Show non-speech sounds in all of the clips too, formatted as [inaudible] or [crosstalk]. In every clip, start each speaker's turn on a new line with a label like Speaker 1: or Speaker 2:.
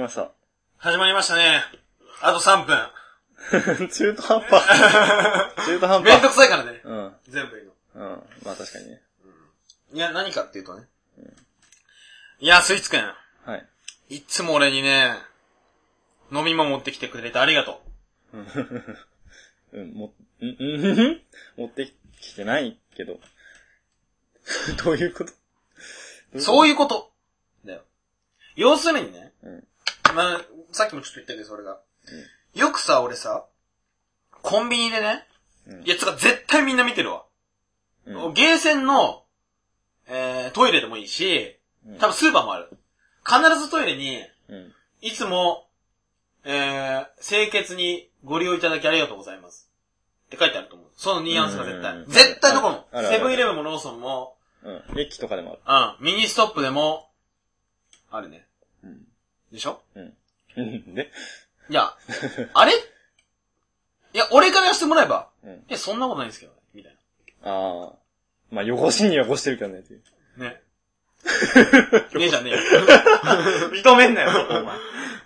Speaker 1: ました。 [laughs]
Speaker 2: 始まりましたね。あと3分。
Speaker 1: 中途半端。
Speaker 2: [laughs]
Speaker 1: 中途半
Speaker 2: めんどく
Speaker 1: 端。
Speaker 2: さいからね。
Speaker 1: うん。うん。
Speaker 2: 全部言うの。
Speaker 1: まあ確かにね。
Speaker 2: いや、何かっていうとね。いや、スイーツくん。
Speaker 1: はい。 [laughs]
Speaker 2: いつも俺にね、飲み物持ってきてくれてありがと
Speaker 1: うん、も、ん、ん、持ってきてないけど。 [laughs] どういうこと
Speaker 2: う。そう
Speaker 1: いう
Speaker 2: いうこと。だよ。要するにね、
Speaker 1: うん
Speaker 2: まあ、さっきもちょっと言ったけど、それが。よくさ、俺さ、コンビニでね、
Speaker 1: うん
Speaker 2: いや、つうか絶対みんな見てるわ。
Speaker 1: こと、
Speaker 2: ゲーセンの、えー、トイレでもいいし、
Speaker 1: うん
Speaker 2: 多分スーパーもある。必ずトイレに、
Speaker 1: うん。うん。
Speaker 2: いつも、えー、清潔にご利用いただきありがとうございます。って書いてあると思う。そのニュアンスが絶
Speaker 1: うん
Speaker 2: 対。絶対どこも
Speaker 1: あ。るある
Speaker 2: セブンイレブンもローソンも、
Speaker 1: うん。駅とかでも
Speaker 2: うん、ミニストップでも、あるね。
Speaker 1: ある。
Speaker 2: でしょ
Speaker 1: うん。うん。で、
Speaker 2: い
Speaker 1: [laughs]
Speaker 2: や、あれいや、俺からしてもらえば、
Speaker 1: うん。
Speaker 2: いや、そんなことないんですけどね、みたい
Speaker 1: ああ。まあ汚しに汚してるけどねっていう。
Speaker 2: な。
Speaker 1: [laughs]
Speaker 2: ね。ねえじゃねえよ。
Speaker 1: 認めんなよ、お前。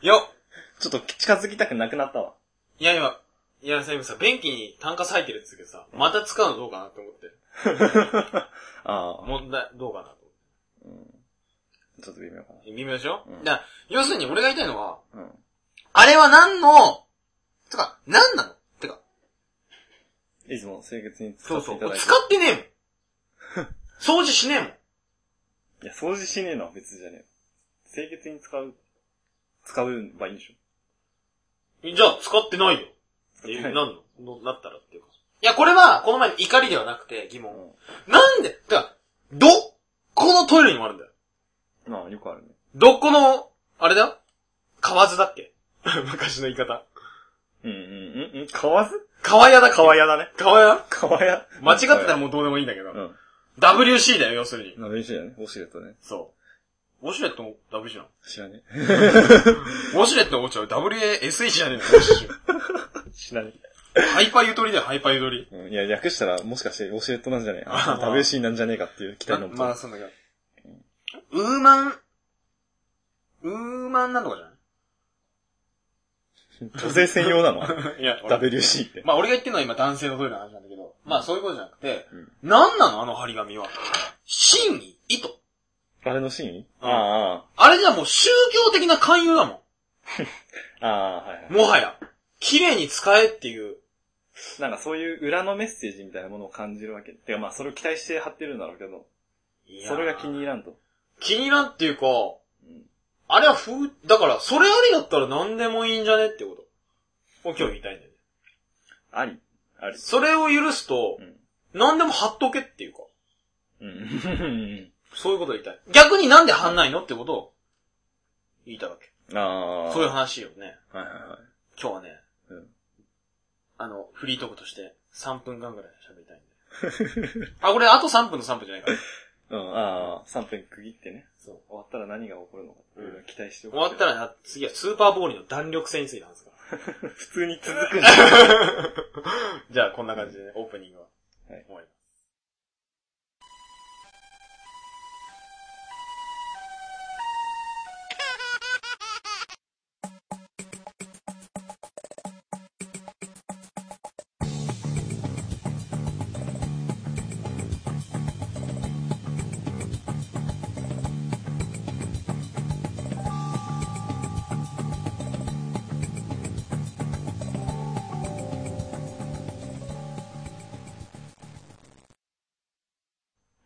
Speaker 2: よっ
Speaker 1: ちょっと近づきたくなくな
Speaker 2: [laughs]
Speaker 1: ったわ。
Speaker 2: いや今、いやさ、今さ、便器に炭化入ってるって言ってたけどさ、また使うのどうかなって思って。
Speaker 1: ああ。
Speaker 2: 問題、どうかなと思って。
Speaker 1: ちょっと微妙かな。
Speaker 2: 微妙でしょ、
Speaker 1: うん
Speaker 2: だから要するに俺が言いたいのは、
Speaker 1: うん。
Speaker 2: あれは何の、てか、何なのてか、
Speaker 1: いつも清潔に使
Speaker 2: そう
Speaker 1: って
Speaker 2: そ、
Speaker 1: いうただいて。
Speaker 2: 使ってねえもん。掃除しねえもん。
Speaker 1: いや、掃除しねえのは別じゃねえよ。清潔に使う、使うばいいんでしょ。
Speaker 2: じゃあ、使ってないよ。っていう、
Speaker 1: はい
Speaker 2: なんののなったらっていうか。いや、これは、この前の怒りではなくて、疑問。なんで、てか、ど、このトイレにもあるんだよ。
Speaker 1: うん。まあ、よくあるね。
Speaker 2: どこの、あれだよ河津だっけ [laughs] 昔の言い方。
Speaker 1: うんうんうんうん。かわず
Speaker 2: 川屋だっけ
Speaker 1: かわやだね。
Speaker 2: 川屋
Speaker 1: かわや。
Speaker 2: 間違ってたら
Speaker 1: も
Speaker 2: もうどうでもいいんだけど。
Speaker 1: う。うん。
Speaker 2: WC だよ、要するに。
Speaker 1: まあ、練習だね。ウォシュレットね。
Speaker 2: そう。ウォシュレットも WC なの
Speaker 1: 知らね
Speaker 2: ウォシュレットのお茶は WASH じゃねえのウォシュレッ
Speaker 1: え。知らね
Speaker 2: トハイパーゆとりだよ、ハイパーゆとり。
Speaker 1: え。うん。いや、略したら、もしかしてウォシュレットなんじゃねえ
Speaker 2: あ
Speaker 1: あ、
Speaker 2: まあ
Speaker 1: WC なんじゃねえかっていう期待のもと。
Speaker 2: まあ、そんだけど。ウーマン、ウーマンなんとかじゃ
Speaker 1: 女性専用なの [laughs]
Speaker 2: ないいや、俺
Speaker 1: ?WC って。
Speaker 2: まあ俺が言ってるのは今男性のトイレの話なんだけど、まあそういうことじゃなくて
Speaker 1: うん、
Speaker 2: 何なのあの張り紙は。真意糸。
Speaker 1: あれのシーン
Speaker 2: うん
Speaker 1: あ
Speaker 2: あれじゃもう宗教的な勧誘だも
Speaker 1: あ、ああ、ああ、はいはい
Speaker 2: ん。。もはや。綺麗に使えっていう。
Speaker 1: なんかそういう裏のメッセージみたいなものを感じるわけ。てかまあそれを期待して貼ってるんだろうけど、
Speaker 2: いやー
Speaker 1: それが気に入らんと。
Speaker 2: 気になっていうか、
Speaker 1: ん
Speaker 2: あれは風、だから、それありだったら何でもいいんじゃねってこと。を今日言いたいんだよね。
Speaker 1: ありあり。
Speaker 2: それを許すと、
Speaker 1: うん
Speaker 2: 何でも貼っとけっていうか、
Speaker 1: うん。
Speaker 2: そういうことを言いたい。逆になんで貼んないのってことを言いたいわけ。
Speaker 1: ああ。
Speaker 2: そういう
Speaker 1: は
Speaker 2: 話をね、
Speaker 1: いはいは
Speaker 2: 今日はね、
Speaker 1: うん
Speaker 2: あの、フリートークとして3分間ぐらい喋りたいん [laughs] で。あ、これあと3分の3分じゃないから。
Speaker 1: い。うん、ああ、3分区切ってね。
Speaker 2: そう。
Speaker 1: 終わったら何が起こるのか、
Speaker 2: うん
Speaker 1: 期待しておく
Speaker 2: 終わったらな、次はスーパーボールの弾力性について話すから。
Speaker 1: 普通に続くんだ。
Speaker 2: じゃあ、こんな感じでね、オープニングは。
Speaker 1: はい
Speaker 2: 終わります。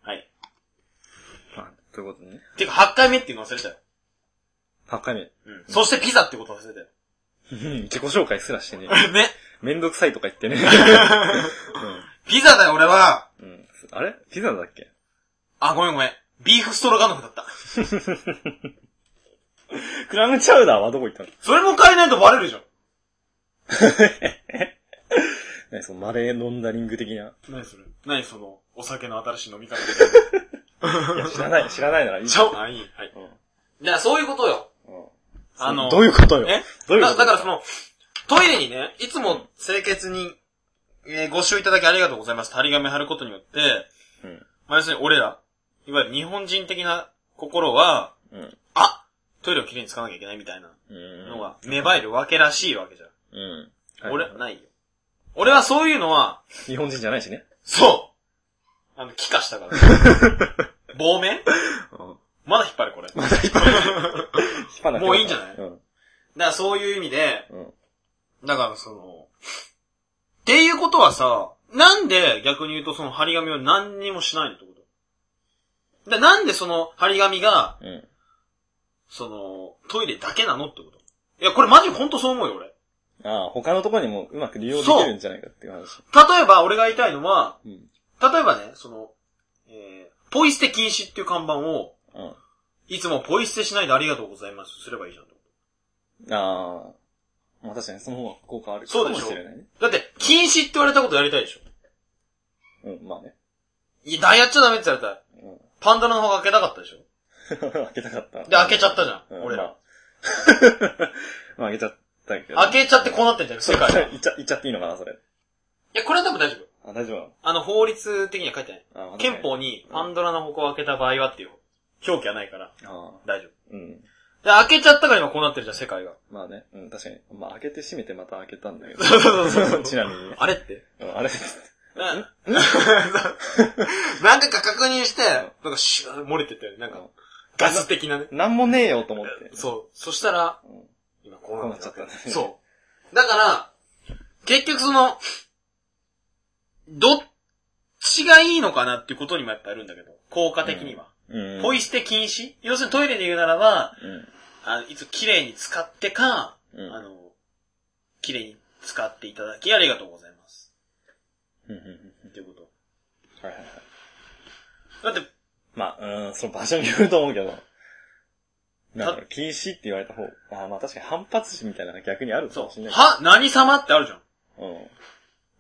Speaker 2: はい。
Speaker 1: [laughs] まあということでね。
Speaker 2: ていうか、8回目っていうの忘れたよ。
Speaker 1: 8回目。
Speaker 2: うん。そしてピザってこと忘れたよ。
Speaker 1: 自己紹介すら [laughs] してね。
Speaker 2: ね。
Speaker 1: めんどくさいとか言 [laughs] ってね。
Speaker 2: ピザだよ、俺は。
Speaker 1: うん。うん。あれピザだっけ
Speaker 2: あ、ごめんごめん。ビーフストロガノフだった。
Speaker 1: クラムチャウダーはどこ行ったの
Speaker 2: それも変えないとバレるじゃん。
Speaker 1: 何そのマレーノンダリング的な。
Speaker 2: 何それ何その、お酒の新しい飲み [laughs] 方。
Speaker 1: いや、知らない、知らないならいい。
Speaker 2: ちゃうあ、いい。はい。
Speaker 1: うん。
Speaker 2: じゃあ、そういうことよ。
Speaker 1: うん。
Speaker 2: あの
Speaker 1: どういうことよ。
Speaker 2: え
Speaker 1: どういうこ
Speaker 2: だ
Speaker 1: と
Speaker 2: だからその、トイレにね、いつも清潔に、えーご使用いただきありがとうございます。張り紙貼ることによって、
Speaker 1: うん
Speaker 2: まあ、要するに俺ら、いわゆる日本人的な心は、
Speaker 1: うん。
Speaker 2: あトイレをきれいに使わなきゃいけないみたいな
Speaker 1: うん
Speaker 2: のが芽生えるわけらしいわけじゃん。
Speaker 1: うん。
Speaker 2: 俺
Speaker 1: は
Speaker 2: はないよ。俺はそういうのは、
Speaker 1: い日本人じゃないしね。
Speaker 2: そうあの、気化したから。
Speaker 1: [laughs]
Speaker 2: 亡命
Speaker 1: うん。
Speaker 2: まだ引っ張るこれ。だか
Speaker 1: まだ引っ張ら引っ張らなくて
Speaker 2: [laughs] もういいんじゃない
Speaker 1: うん。
Speaker 2: らそういう意味で、
Speaker 1: うん。
Speaker 2: だからその、っていうことはさ、なんで逆に言うとその張り紙を何にもしないのってことだなんでその張り紙が、
Speaker 1: うん。
Speaker 2: その、トイレだけなのってこといや、これマジで本当そう思うよ、俺。
Speaker 1: ああ、他のところにもうまく利用できるんじゃないかっていう話。
Speaker 2: 例えば、俺が言いたいのは、
Speaker 1: うん。
Speaker 2: 例えばね、その、えー、ポイ捨て禁止っていう看板を、
Speaker 1: うん。
Speaker 2: いつもポイ捨てしないでありがとうございますすればいいじゃん。
Speaker 1: ああ。まあ確かにその方が効果ある
Speaker 2: そうでしょ
Speaker 1: かもしれないね。
Speaker 2: だって、禁止って言われたことやりたいでしょ。
Speaker 1: うん、まあね。 [laughs]
Speaker 2: いや、やっちゃダメって言われたら、
Speaker 1: うん。
Speaker 2: パンドラの方が開けたかったでしょ。
Speaker 1: 開けたかった。
Speaker 2: で、開けちゃったじゃ
Speaker 1: うん
Speaker 2: ん、俺ら。
Speaker 1: まあまあ、開けちゃったけど。
Speaker 2: 開けちゃってこうなってんじゃん、世
Speaker 1: [laughs]
Speaker 2: 界が。い
Speaker 1: いっちゃ、いっちゃっていいのかな、それ。
Speaker 2: や、これは多分大丈夫。
Speaker 1: あ、大丈夫なの
Speaker 2: あの、法律的には書いてない。
Speaker 1: あまあ
Speaker 2: 憲法にパンドラの方向を開けた場合はっていう表記はないから、
Speaker 1: あ
Speaker 2: 大丈夫。
Speaker 1: あ。うん。
Speaker 2: で、開けちゃったから今こうなってるじゃん、世界が。
Speaker 1: まあね。うん、確かに。まあ、開けて閉めてまた開けたんだけど。
Speaker 2: そうそうそうそう
Speaker 1: [laughs] ちなみにね。
Speaker 2: あれって
Speaker 1: うんあれ
Speaker 2: な [laughs] 何回か確認して、なんかシュー漏れてたよね。なんか、ガス的なね。
Speaker 1: なんもねえよと思って。
Speaker 2: そう。そしたら、
Speaker 1: うん
Speaker 2: 今こうなっちゃった
Speaker 1: こうなっちゃったね
Speaker 2: そう。だから、結局その、どっちがいいのかなっていうことにもやっぱあるんだけど、効果的には。
Speaker 1: うん。
Speaker 2: ポイ捨て禁止要するにトイレで言うならば、
Speaker 1: うん。
Speaker 2: あのいつ綺麗に使ってか、
Speaker 1: うん。
Speaker 2: あの、綺麗に使っていただきありがとうございます。
Speaker 1: うんうんうん
Speaker 2: っていうこと。
Speaker 1: はいはいはい。
Speaker 2: だって、
Speaker 1: まあ、うん、その場所によると思うけど。なんだろ
Speaker 2: た
Speaker 1: う、禁止って言われた方、あまあ確かに反発心みたいなのが逆にあるか
Speaker 2: そ
Speaker 1: もしれ
Speaker 2: う。
Speaker 1: ない。
Speaker 2: は、何様ってあるじゃん。
Speaker 1: う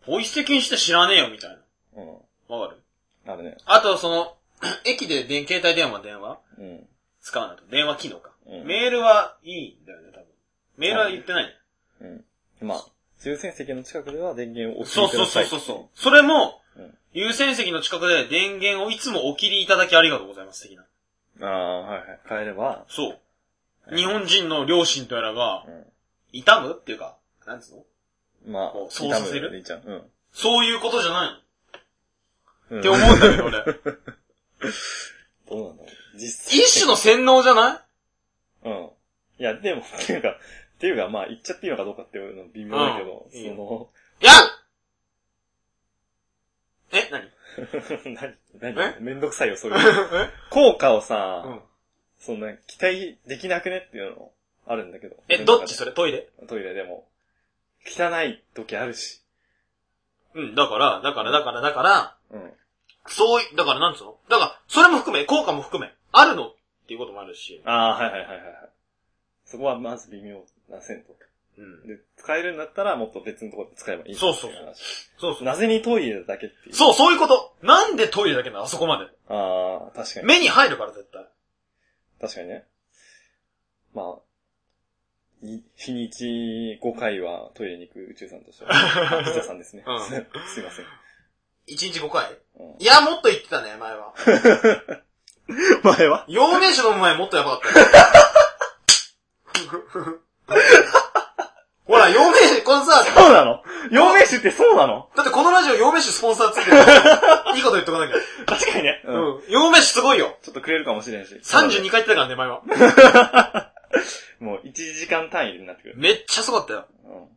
Speaker 2: ポイ捨て禁止って知らねえよ、みたい
Speaker 1: ん。うん。
Speaker 2: な。わかる
Speaker 1: あるね。
Speaker 2: あと、その、 [clears throat] 駅で電携帯電話電話
Speaker 1: うん。
Speaker 2: 使うなと。電話機能か。
Speaker 1: うん
Speaker 2: メールはいいんだよね、多分。メールは言ってない、ね。
Speaker 1: うん。まあ、優先席の近くでは電源を置き
Speaker 2: そうそうそうそうそう。それも、
Speaker 1: うん
Speaker 2: 優先席の近くで電源をいつもお切りいただきありがとうございます、的な。
Speaker 1: う。ああ、はいはい。帰れば、
Speaker 2: そう。
Speaker 1: うん
Speaker 2: 日本人の両親とやらが
Speaker 1: う、
Speaker 2: 痛むっていうか、なんつうの
Speaker 1: ん。まあ
Speaker 2: こ、うそうさせる
Speaker 1: 痛むよねいいじゃん。うん。
Speaker 2: そういうことじゃないの
Speaker 1: うん
Speaker 2: って思うんだけど、
Speaker 1: [laughs]
Speaker 2: 俺。
Speaker 1: どうなんだろう。実際。
Speaker 2: 一種の洗脳じゃない
Speaker 1: うん。いや、でも、 [laughs] っていうか、っていうか、まあ、言っちゃっていいのかどうかっていうの微妙だけど、
Speaker 2: うん
Speaker 1: そ
Speaker 2: いやえ
Speaker 1: [laughs]
Speaker 2: 何
Speaker 1: の、何、
Speaker 2: え
Speaker 1: 何、めんどくさいよ、それ。
Speaker 2: え
Speaker 1: 効果をさ、
Speaker 2: うん
Speaker 1: そのね、期待できなくねっていうのあるんだけど。
Speaker 2: え、どっちそ
Speaker 1: れ
Speaker 2: れトイレ
Speaker 1: トイレでも。汚い時あるし。
Speaker 2: うん、だから、だから、だから、だから、
Speaker 1: うん。
Speaker 2: そうい、だからなんつうのだから、それも含め、効果も含め、あるのっていうこともあるし。
Speaker 1: ああ、はいはいはいはいはい。そこはまず微妙な線と。
Speaker 2: うん。
Speaker 1: で、使えるんだったらもっと別のところで使えばいい。
Speaker 2: そうそう
Speaker 1: ってい話
Speaker 2: そうそう。
Speaker 1: なぜにトイレだけっていう。
Speaker 2: そう、そういうことなんでトイレだけなのあそこまで。
Speaker 1: ああ、確かに。
Speaker 2: 目に入るから、絶対。
Speaker 1: 確かにね。まあ、い日にち5回はトイレに行く宇宙さん
Speaker 2: [laughs]
Speaker 1: としては。あピザさん [laughs] ですね。
Speaker 2: うん
Speaker 1: すいません。
Speaker 2: 1日5回
Speaker 1: うん
Speaker 2: いや、もっと言ってたね、前は。
Speaker 1: 前は
Speaker 2: 幼年種の前もっとやばかった
Speaker 1: [laughs]
Speaker 2: よ。ほら、幼年種、このさ、
Speaker 1: そうなの陽明酒ってそうなの
Speaker 2: だってこのラジオ幼名種スポンサーつ
Speaker 1: [laughs]
Speaker 2: いてるから。いいこと言っとかなきゃ。
Speaker 1: 確かにね。うん。
Speaker 2: うん。幼名種すごいよ。
Speaker 1: ちょっとくれるかもしれんし。
Speaker 2: 32回言ってたからね、前は。
Speaker 1: もう1時間単位になってくる。
Speaker 2: めっちゃすごかったよ。
Speaker 1: うん。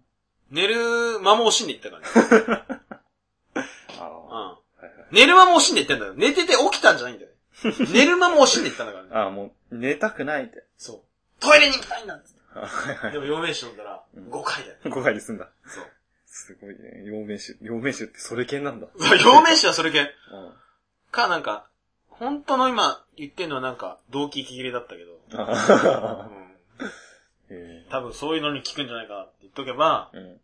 Speaker 2: 寝る間も惜しんでいったからね。う
Speaker 1: あ
Speaker 2: ん。
Speaker 1: あ。はいはい
Speaker 2: 寝る間も惜しんでいったんだよ。寝てて起きたんじゃないんだ
Speaker 1: [laughs]
Speaker 2: よ。寝る間も惜しんでいったんだからね。
Speaker 1: ああ、もう、寝たくないって。 [laughs]
Speaker 2: そう。トイレに行きたいんだっつって
Speaker 1: あはいは
Speaker 2: でも幼名種飲んだら、
Speaker 1: うん
Speaker 2: 5回だよ。
Speaker 1: い。5回で済んだ。
Speaker 2: そう。
Speaker 1: すごいね。陽明酒。陽明酒ってそれ系なんだ。
Speaker 2: 幼名種はそれ系。
Speaker 1: うん。
Speaker 2: か、なんか、本当の今言ってんのはなんか、動機息切れだったけど、
Speaker 1: あは
Speaker 2: う
Speaker 1: は
Speaker 2: ん。
Speaker 1: え
Speaker 2: 多分そういうのに効くんじゃないかなって言っとけば、
Speaker 1: えうん。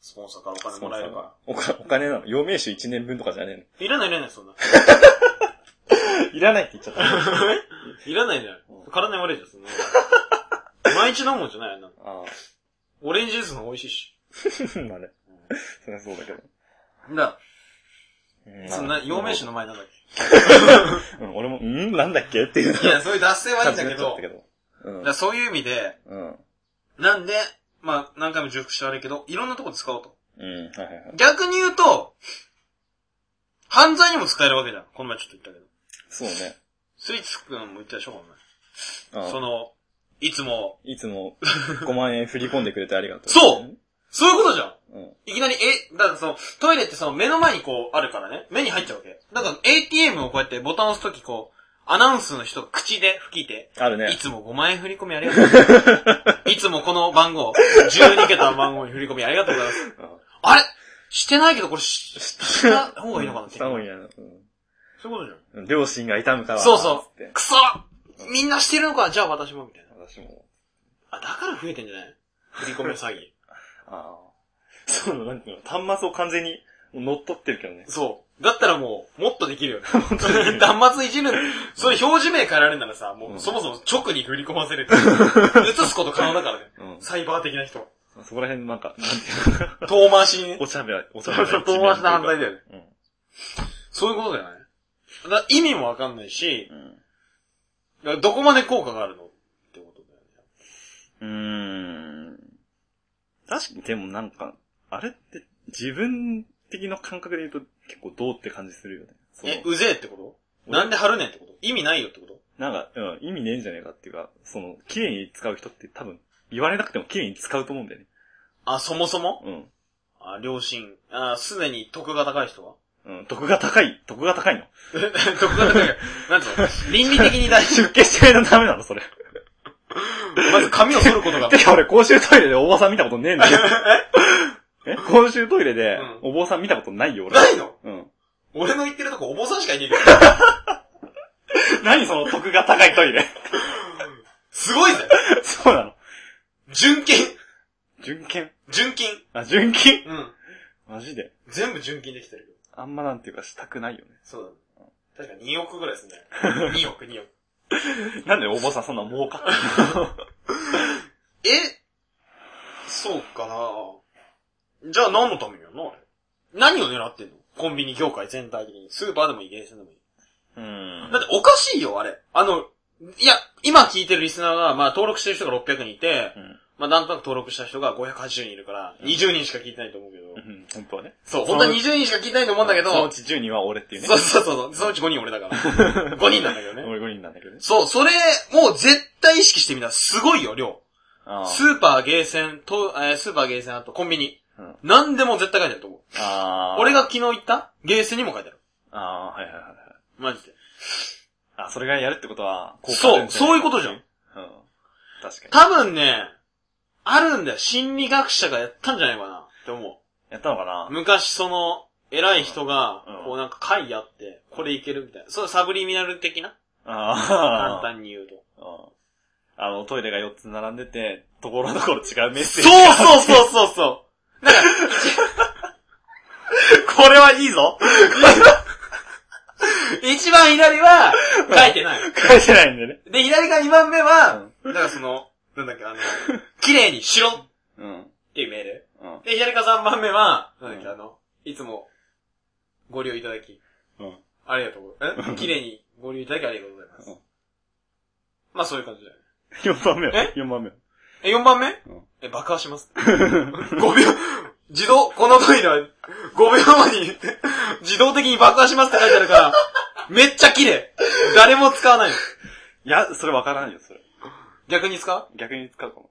Speaker 2: スポンサーからお金もらえるから。
Speaker 1: おかお金なの陽明酒1年分とかじゃねえの。
Speaker 2: いらないいらない、
Speaker 1: [laughs]
Speaker 2: そんな。 [laughs]
Speaker 1: いらないって言っちゃった。
Speaker 2: いらないじゃん
Speaker 1: うん。
Speaker 2: 体に悪いじゃん、そんな。
Speaker 1: [laughs]
Speaker 2: 毎日飲むもんじゃないよな。
Speaker 1: ああ。
Speaker 2: オレンジジュースの方が美味しいし。
Speaker 1: [laughs] まあね。そりゃそうだけど。
Speaker 2: だ、
Speaker 1: うん
Speaker 2: そんな、陽明酒の前なんだっ
Speaker 1: うん、俺も、うんなんだっけっていう。
Speaker 2: けいや、そういう脱線はいいんだけ
Speaker 1: 感
Speaker 2: ど
Speaker 1: じになっちゃった、けど。うん
Speaker 2: だからそういう意味で、
Speaker 1: うん。
Speaker 2: なんで、まあ、何回も重複してあるけど、いろんなとこで使おうと。
Speaker 1: うん。はいはいはい。
Speaker 2: 逆に言うと、犯罪にも使えるわけじゃん。この前ちょっと言ったけど。
Speaker 1: そうね。
Speaker 2: スイーツくんも言ったでしょ、この前。そ
Speaker 1: あ
Speaker 2: の、いつも、
Speaker 1: いつも5万円振り込んでくれてありがとう。
Speaker 2: そうそういうことじゃん。
Speaker 1: うん。
Speaker 2: いきなり、え、だからその、トイレってその目の前にこうあるからね、目に入っちゃうわけ。だから ATM をこうやってボタンを押すときこう、アナウンスの人が口で吹きて、
Speaker 1: あるね
Speaker 2: い。つも5万円振り込みありがとうござい [laughs] ます。いつもこの番号、12桁の番号に振り込みありがとうございます。あれしてないけどこれし、した方がいいのかなって。
Speaker 1: し
Speaker 2: そ
Speaker 1: た
Speaker 2: う
Speaker 1: 方
Speaker 2: い
Speaker 1: がいういや
Speaker 2: ことじゃん。
Speaker 1: うん。両親が痛むから。
Speaker 2: そうそ
Speaker 1: つって
Speaker 2: う。くそみんなしてるのかじゃあ私もみたいな。
Speaker 1: 私も。
Speaker 2: あ、だから増えてんじゃない振り込み [laughs] 詐欺。
Speaker 1: ああ。そう、なんていうの、端末を完全に乗っ取ってるけどね。
Speaker 2: そう。だったらもう、もっとできるよね。
Speaker 1: 当
Speaker 2: [laughs]
Speaker 1: に
Speaker 2: 端末いじる。それ表示名変えられるならさ、も
Speaker 1: う
Speaker 2: う、
Speaker 1: ん
Speaker 2: そもそも直に振り込ませれて。 [laughs] 映すこと可能だからね。
Speaker 1: うん。
Speaker 2: サイバー的な人。
Speaker 1: そこら辺なんか、なんていう
Speaker 2: 遠回しにね
Speaker 1: の、。おちゃめは、おち
Speaker 2: そ
Speaker 1: ゃ
Speaker 2: う
Speaker 1: めは
Speaker 2: そう遠回しな犯罪だよね。
Speaker 1: うん。
Speaker 2: そういうことだよね。だから意味もわかんないし、
Speaker 1: うん
Speaker 2: だからどこまで効果があるのってことだよね。
Speaker 1: うーん。確かに、でもなんか、あれって、自分的な感覚で言うと、結構どうって感じするよね。そ
Speaker 2: え、
Speaker 1: の
Speaker 2: うぜえってことなんで貼るねんってこと意味ないよってこと
Speaker 1: なんか、うん、意味ねえんじゃねえかっていうか、その、綺麗に使う人って多分、言われなくても綺麗に使うと思うんだよね。
Speaker 2: あ、そもそも
Speaker 1: うん。
Speaker 2: あ、良心。あ、すでに得が高い人は
Speaker 1: うん、得が高い、得が高いの。
Speaker 2: [laughs] 得が高い。なんつうの倫理的に大事
Speaker 1: 出。家しないとダメなの、それ。
Speaker 2: [laughs] まず髪を剃ることが。
Speaker 1: てか俺、公衆トイレでお坊さん見たことねえんだよ。 [laughs] え公衆トイレで、お坊さん見たことないよ、俺。
Speaker 2: ないの
Speaker 1: うん。
Speaker 2: 俺の言ってるとこお坊さんしかいねえけど。
Speaker 1: 何その得が高いトイレ。
Speaker 2: すごいぜ
Speaker 1: [laughs] そうなの。
Speaker 2: 純金
Speaker 1: 純金
Speaker 2: 純金
Speaker 1: あ、純金
Speaker 2: うん。
Speaker 1: マジで。
Speaker 2: 全部純金できてるよ。
Speaker 1: あんまなんていうかしたくないよね。
Speaker 2: そうだね。確か2億ぐらいですね。2億、2億。 [laughs]
Speaker 1: なんでお坊さんそんな儲かって
Speaker 2: えそうかなじゃあ何のためにやるのあれ何を狙ってんのコンビニ業界全体的に。スーパーでもいい、ゲーセンでもいい。
Speaker 1: んの
Speaker 2: だっておかしいよ、あれ。あの、いや、今聞いてるリスナーが、まあ登録してる人が600人いて、
Speaker 1: うん
Speaker 2: まあなんとなく登録した人が580人いるから、20人しか聞いてないと思うけど。
Speaker 1: うん、本当はね。
Speaker 2: そう、本当は20人しか聞いてないと思うんだけど、
Speaker 1: そのうち10人は俺っていうね。
Speaker 2: そうそうそう、そのうち5人俺だ
Speaker 1: [laughs]
Speaker 2: から。5人なんだけどね。
Speaker 1: 俺5人なんだけどね。
Speaker 2: そう、それ、もう絶対意識してみたらすごいよ、量。
Speaker 1: あ
Speaker 2: スーパー、ゲーセン、と、えースーパー、ゲーセン、あとコンビニ。
Speaker 1: うん
Speaker 2: 何でも絶対書いてあると思う。
Speaker 1: あー
Speaker 2: 俺が。昨日行ったゲーセンにも書いてある。
Speaker 1: ああ、はいはいはいはい。
Speaker 2: マジで。
Speaker 1: あ、それがやるってことは、
Speaker 2: そう、そういうことじゃん。。
Speaker 1: うん。確かに。
Speaker 2: 多分ね、あるんだよ。心理学者がやったんじゃないかなって思
Speaker 1: やったのかな
Speaker 2: う。昔その、偉い人が
Speaker 1: うん、
Speaker 2: こうなんか会やって、これいけるみたいな。そう、サブリミナル的な簡
Speaker 1: ああ。
Speaker 2: 単に言うと。
Speaker 1: うんあの、トイレが4つ並んでて、ところどころ違うメッセ
Speaker 2: そ
Speaker 1: ー
Speaker 2: う
Speaker 1: ジ。
Speaker 2: そうそうそう [laughs] そう。
Speaker 1: [laughs]
Speaker 2: だから、
Speaker 1: これはいい [laughs] ぞ
Speaker 2: 一番左は、書いてない。
Speaker 1: 書いてないんでね。
Speaker 2: で、左が二番目は、だからその、なんだっけ、あの、綺麗にしろっ
Speaker 1: うん。
Speaker 2: ていう命令。
Speaker 1: うん。
Speaker 2: で、左が三番目は、なんだっけ、
Speaker 1: うん
Speaker 2: あの、いつも、ご利用いただき、
Speaker 1: うん。
Speaker 2: ありがとうございます。え綺麗にご利用いただきありがとうございま
Speaker 1: う
Speaker 2: す
Speaker 1: ん。
Speaker 2: まあ、そういう感じだよね。
Speaker 1: 4番目は
Speaker 2: え
Speaker 1: ?4 番目は。
Speaker 2: え、四番目
Speaker 1: ん
Speaker 2: え、爆破します。5秒、自動、このトイレは、5秒後に、自動的に爆破しますって書いてあるから、めっちゃ綺麗誰も使わないの。
Speaker 1: いや、それわからんよ、それ。
Speaker 2: 逆に使う
Speaker 1: 逆に使うかも。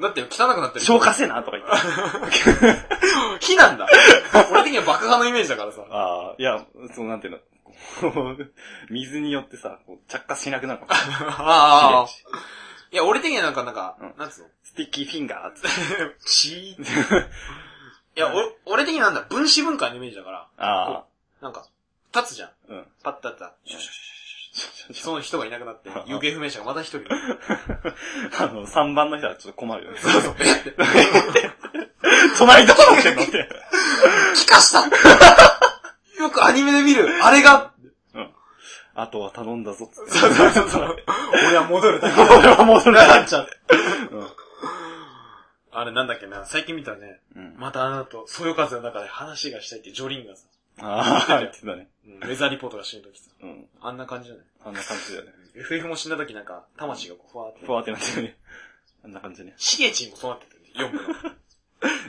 Speaker 2: だって汚くなってる。
Speaker 1: 消化せなとか言って。
Speaker 2: 火なんだ。俺的には爆破のイメージだから [laughs] さ。
Speaker 1: ああ、いや、そうなんていうの。 [laughs] こう水によってさ、こう着火しなくなるか [laughs] もしれない。
Speaker 2: ああ。いや、俺的にはなんか、なんか、
Speaker 1: うん
Speaker 2: なんつうの
Speaker 1: スティッキーフィンガーっつって。
Speaker 2: チーいや、お俺的になんだ、分子分解のイメージだから、
Speaker 1: あ
Speaker 2: なんか、立つじゃん。
Speaker 1: あ。うん。
Speaker 2: パッと立ったら、シュシュシュシュシュシュシュその人がいなくなって、行方不明者がまた一人。
Speaker 1: あの、3番の人はちょっと困るよ
Speaker 2: [laughs]
Speaker 1: ね。[laughs]
Speaker 2: そうそう。えって、
Speaker 1: 隣どこ見てんのって。
Speaker 2: 気化 [laughs] したよくアニメで見る、あれが、
Speaker 1: あとは頼んだぞっつって。
Speaker 2: そうそうそう
Speaker 1: [laughs]
Speaker 2: そう。俺は戻るだけだ。
Speaker 1: 俺は戻るな。
Speaker 2: [laughs] なっちゃう。あれなんだっけな、最近見たらね、
Speaker 1: うん。
Speaker 2: またあなたと、そよ風の中で話がしたいってジョリンがさ、
Speaker 1: ああ、言ってたね。
Speaker 2: うんウェザーリポートが死ぬときさ、
Speaker 1: うん。
Speaker 2: あんな感じじゃない
Speaker 1: あんな感じだよね。
Speaker 2: FF も死んだ時なんか、魂がこう、ふわーって。
Speaker 1: ふわーってなってるね。あんな感じね。
Speaker 2: シゲチンもそうなってたよね、読むの。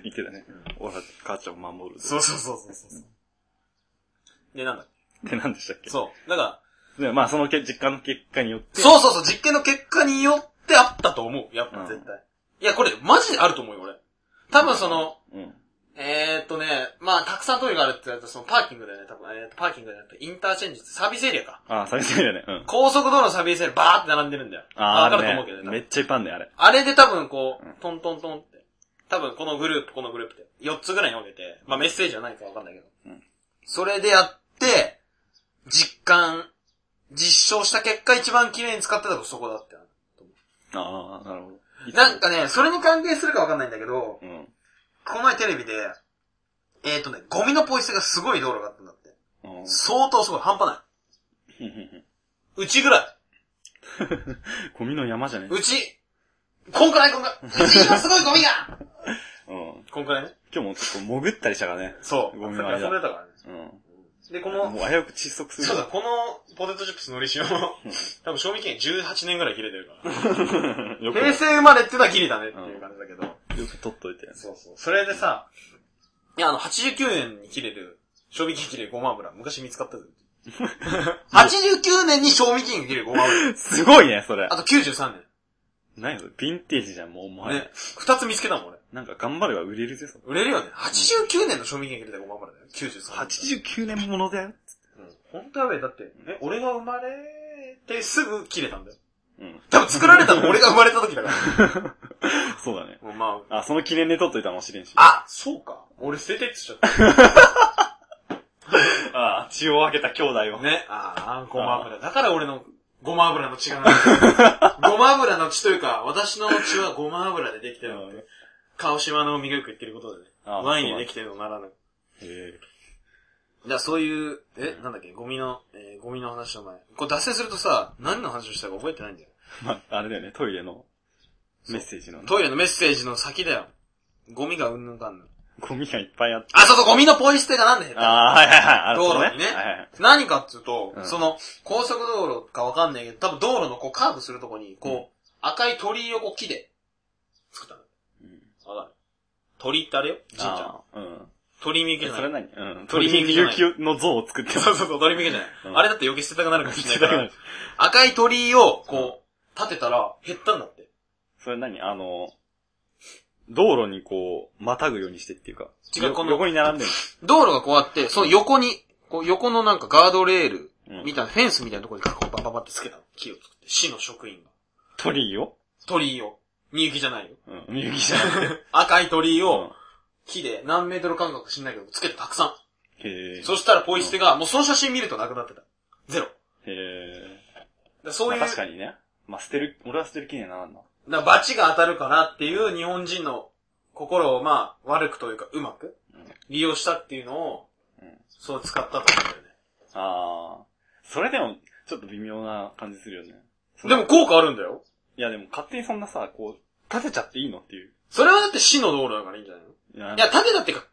Speaker 1: 言ってたね。俺は母ちゃんを守
Speaker 2: [laughs]
Speaker 1: る。
Speaker 2: そうそうそうそうそうそう。で、なんだっ
Speaker 1: って何でしたっ
Speaker 2: け
Speaker 1: け
Speaker 2: そう。だから、
Speaker 1: でまあそのけ実家の結果によって。
Speaker 2: そうそうそう、実験の結果によってあったと思う。やっ
Speaker 1: う
Speaker 2: ぱ
Speaker 1: ん
Speaker 2: 絶対。いや、これ、マジであると思うよ、俺。多分その、
Speaker 1: うん。
Speaker 2: えーっとね、まあ、たくさんトイレがあるって言われたらそのパーキングだよね、多分。えーっと、パーキングじゃなくて、インターチェンジ、サービスエリアか。
Speaker 1: ああ、寂しいよね。うん。
Speaker 2: 高速道路のサービスエリア、バーって並んでるんだよ。
Speaker 1: あ
Speaker 2: わ
Speaker 1: ー
Speaker 2: かる
Speaker 1: あ
Speaker 2: と
Speaker 1: れ
Speaker 2: 思うけ
Speaker 1: ね
Speaker 2: どね。多
Speaker 1: め
Speaker 2: 分
Speaker 1: っちゃいっぱいあんだよ、あれ。
Speaker 2: あれで多分こ
Speaker 1: うん
Speaker 2: う、トントントンって。多分このグループ、このグループって。4つぐらい読んでて、まあメッセージはないかわかんないけど。
Speaker 1: うん
Speaker 2: それでやって、実感、実証した結果一番綺麗に使ってたのそこだってな。
Speaker 1: ああ、なるほど。
Speaker 2: なんかね、それに関係するかわかんないんだけど、
Speaker 1: うん。
Speaker 2: この前テレビで、えっ、ー、とね、ゴミのポイ捨てがすごい道路があったんだって。
Speaker 1: うん。
Speaker 2: 相当すごい、半端ない。
Speaker 1: ふんふんふん
Speaker 2: うちぐらい。
Speaker 1: ゴミの山じゃね
Speaker 2: うち、こんくらいこんくらい。うち今すごいゴミが
Speaker 1: うん。
Speaker 2: [laughs] こんくらいね。
Speaker 1: 今日も結構潜ったりしたからね。
Speaker 2: そう。
Speaker 1: ゴミ
Speaker 2: さ
Speaker 1: の
Speaker 2: っき遊
Speaker 1: 間
Speaker 2: んでたからね。
Speaker 1: うん。
Speaker 2: で、この、
Speaker 1: もう危うく窒息する。
Speaker 2: そうだ、このポテトチップスのり塩も、多分賞味期限18年ぐらい切れてるから。
Speaker 1: [laughs] よく、
Speaker 2: 平
Speaker 1: よ
Speaker 2: 成生まれってのは切れたねっていう感じだけど。
Speaker 1: く取っといて。
Speaker 2: そうそう。それでさ、いや、あの、89年に切れる、賞味期限切れるごま油、昔見つかった [laughs] ぜ。89年に賞味期限切れるごま油。
Speaker 1: すごいね、それ
Speaker 2: あ。と93
Speaker 1: 何それ、ヴィンテージじゃん、もう、お
Speaker 2: 年。ね
Speaker 1: 前。。
Speaker 2: 二つ見つけたもん、俺。
Speaker 1: なんか頑張れば売れるぜ、それ。
Speaker 2: 売れるよね。89年の賞味期限切れたごま油だよ。93年。
Speaker 1: 89年ものだよ。
Speaker 2: うん。本当やべえ。だって、え、俺が生まれてすぐ切れたんだよ。
Speaker 1: うん。
Speaker 2: 多分作られたの俺が生まれた時だ [laughs] から。
Speaker 1: そうだね。
Speaker 2: もうまあ、
Speaker 1: あ、その記念で取っといたかもしれんし。
Speaker 2: あ、そうか。俺捨ててって言っちゃっ
Speaker 1: ああ、血を分けた兄弟
Speaker 2: た。
Speaker 1: を。
Speaker 2: ね。ああ、ごま油。だから俺のごま油の血がなんだ [laughs] ごま油の血というか、私の血はごま油でできてるので。川島の磨く言ってることでね。
Speaker 1: あ
Speaker 2: ワインでできてるのならぬ。
Speaker 1: へ
Speaker 2: じゃあそういう、え、なんだっけ、ゴミの、えーゴミの話の前。これ脱線するとさ、何の話をしたか覚えてないんだよ。
Speaker 1: ーまあ、あれだよね、トイレのメッセージの。
Speaker 2: トイレのメッセージの先だよ。ゴミがうんぬんかんぬん。
Speaker 1: ゴミがいっぱいあって。
Speaker 2: あ、そうそう、ゴミのポイ捨てがなんで減ったの
Speaker 1: ああ、はいはいはい。ある
Speaker 2: 道
Speaker 1: そう
Speaker 2: 路にね
Speaker 1: はいはい。
Speaker 2: 何かっていうと、
Speaker 1: うん
Speaker 2: その、高速道路かわかんないけど、多分道路のこうカーブするとこに、こう、
Speaker 1: うん
Speaker 2: 赤い鳥居をこう木で作ったの。わかる鳥居ってあれよ神社。
Speaker 1: ああうん。
Speaker 2: 鳥居見受けじ
Speaker 1: そ
Speaker 2: ゃ
Speaker 1: れ
Speaker 2: ない。
Speaker 1: 何うん。
Speaker 2: 鳥居じゃない
Speaker 1: 勇気の像を作ってます。 [laughs]
Speaker 2: そうそうそう、鳥居見受けじゃない。
Speaker 1: うん
Speaker 2: あれだって余計捨てたくなるかもしれないか
Speaker 1: だからら、
Speaker 2: [laughs] 赤い鳥居をこう、立てたら減ったんだって。
Speaker 1: それ何あの、道路にこう、またぐようにしてっていうか。
Speaker 2: 違う
Speaker 1: よ
Speaker 2: この
Speaker 1: 横に並んでる
Speaker 2: 道路がこうあって、その横に、こう横のなんかガードレール、
Speaker 1: の。うん
Speaker 2: みたいな、フェンスみたいなところにこうバババってつけたの。木を作って。市の職員が。
Speaker 1: 鳥居を
Speaker 2: 鳥居を。みゆきじゃないよ。
Speaker 1: うん。みゆきじゃなくて。
Speaker 2: 赤い鳥居を、
Speaker 1: うん
Speaker 2: 木で何メートル間隔か知んないけど、つけてたくさ
Speaker 1: へえ。
Speaker 2: ん。そしたらポイ捨てが、もうその写真見るとなくなってた。ゼロ。だか
Speaker 1: へえ。
Speaker 2: らそういう、
Speaker 1: まあ
Speaker 2: だ
Speaker 1: 確か
Speaker 2: か
Speaker 1: にね。まあ、捨てる、俺は捨てる気にはならんな。
Speaker 2: らバチが当たるからっていう日本人の心をまあ、悪くというか、うまく
Speaker 1: うん
Speaker 2: 利用したっていうのを
Speaker 1: うん、
Speaker 2: そう使ったと思うんだよね。
Speaker 1: ああ。それでも、ちょっと微妙な感じするよね。そ
Speaker 2: で
Speaker 1: れ
Speaker 2: も、効果あるんだよ。
Speaker 1: いやでも勝手にそんなさ、こう、立てちゃっていいのっていう。
Speaker 2: それはだって市の道路だからいいんじゃないのい
Speaker 1: いや
Speaker 2: や、縦だってか、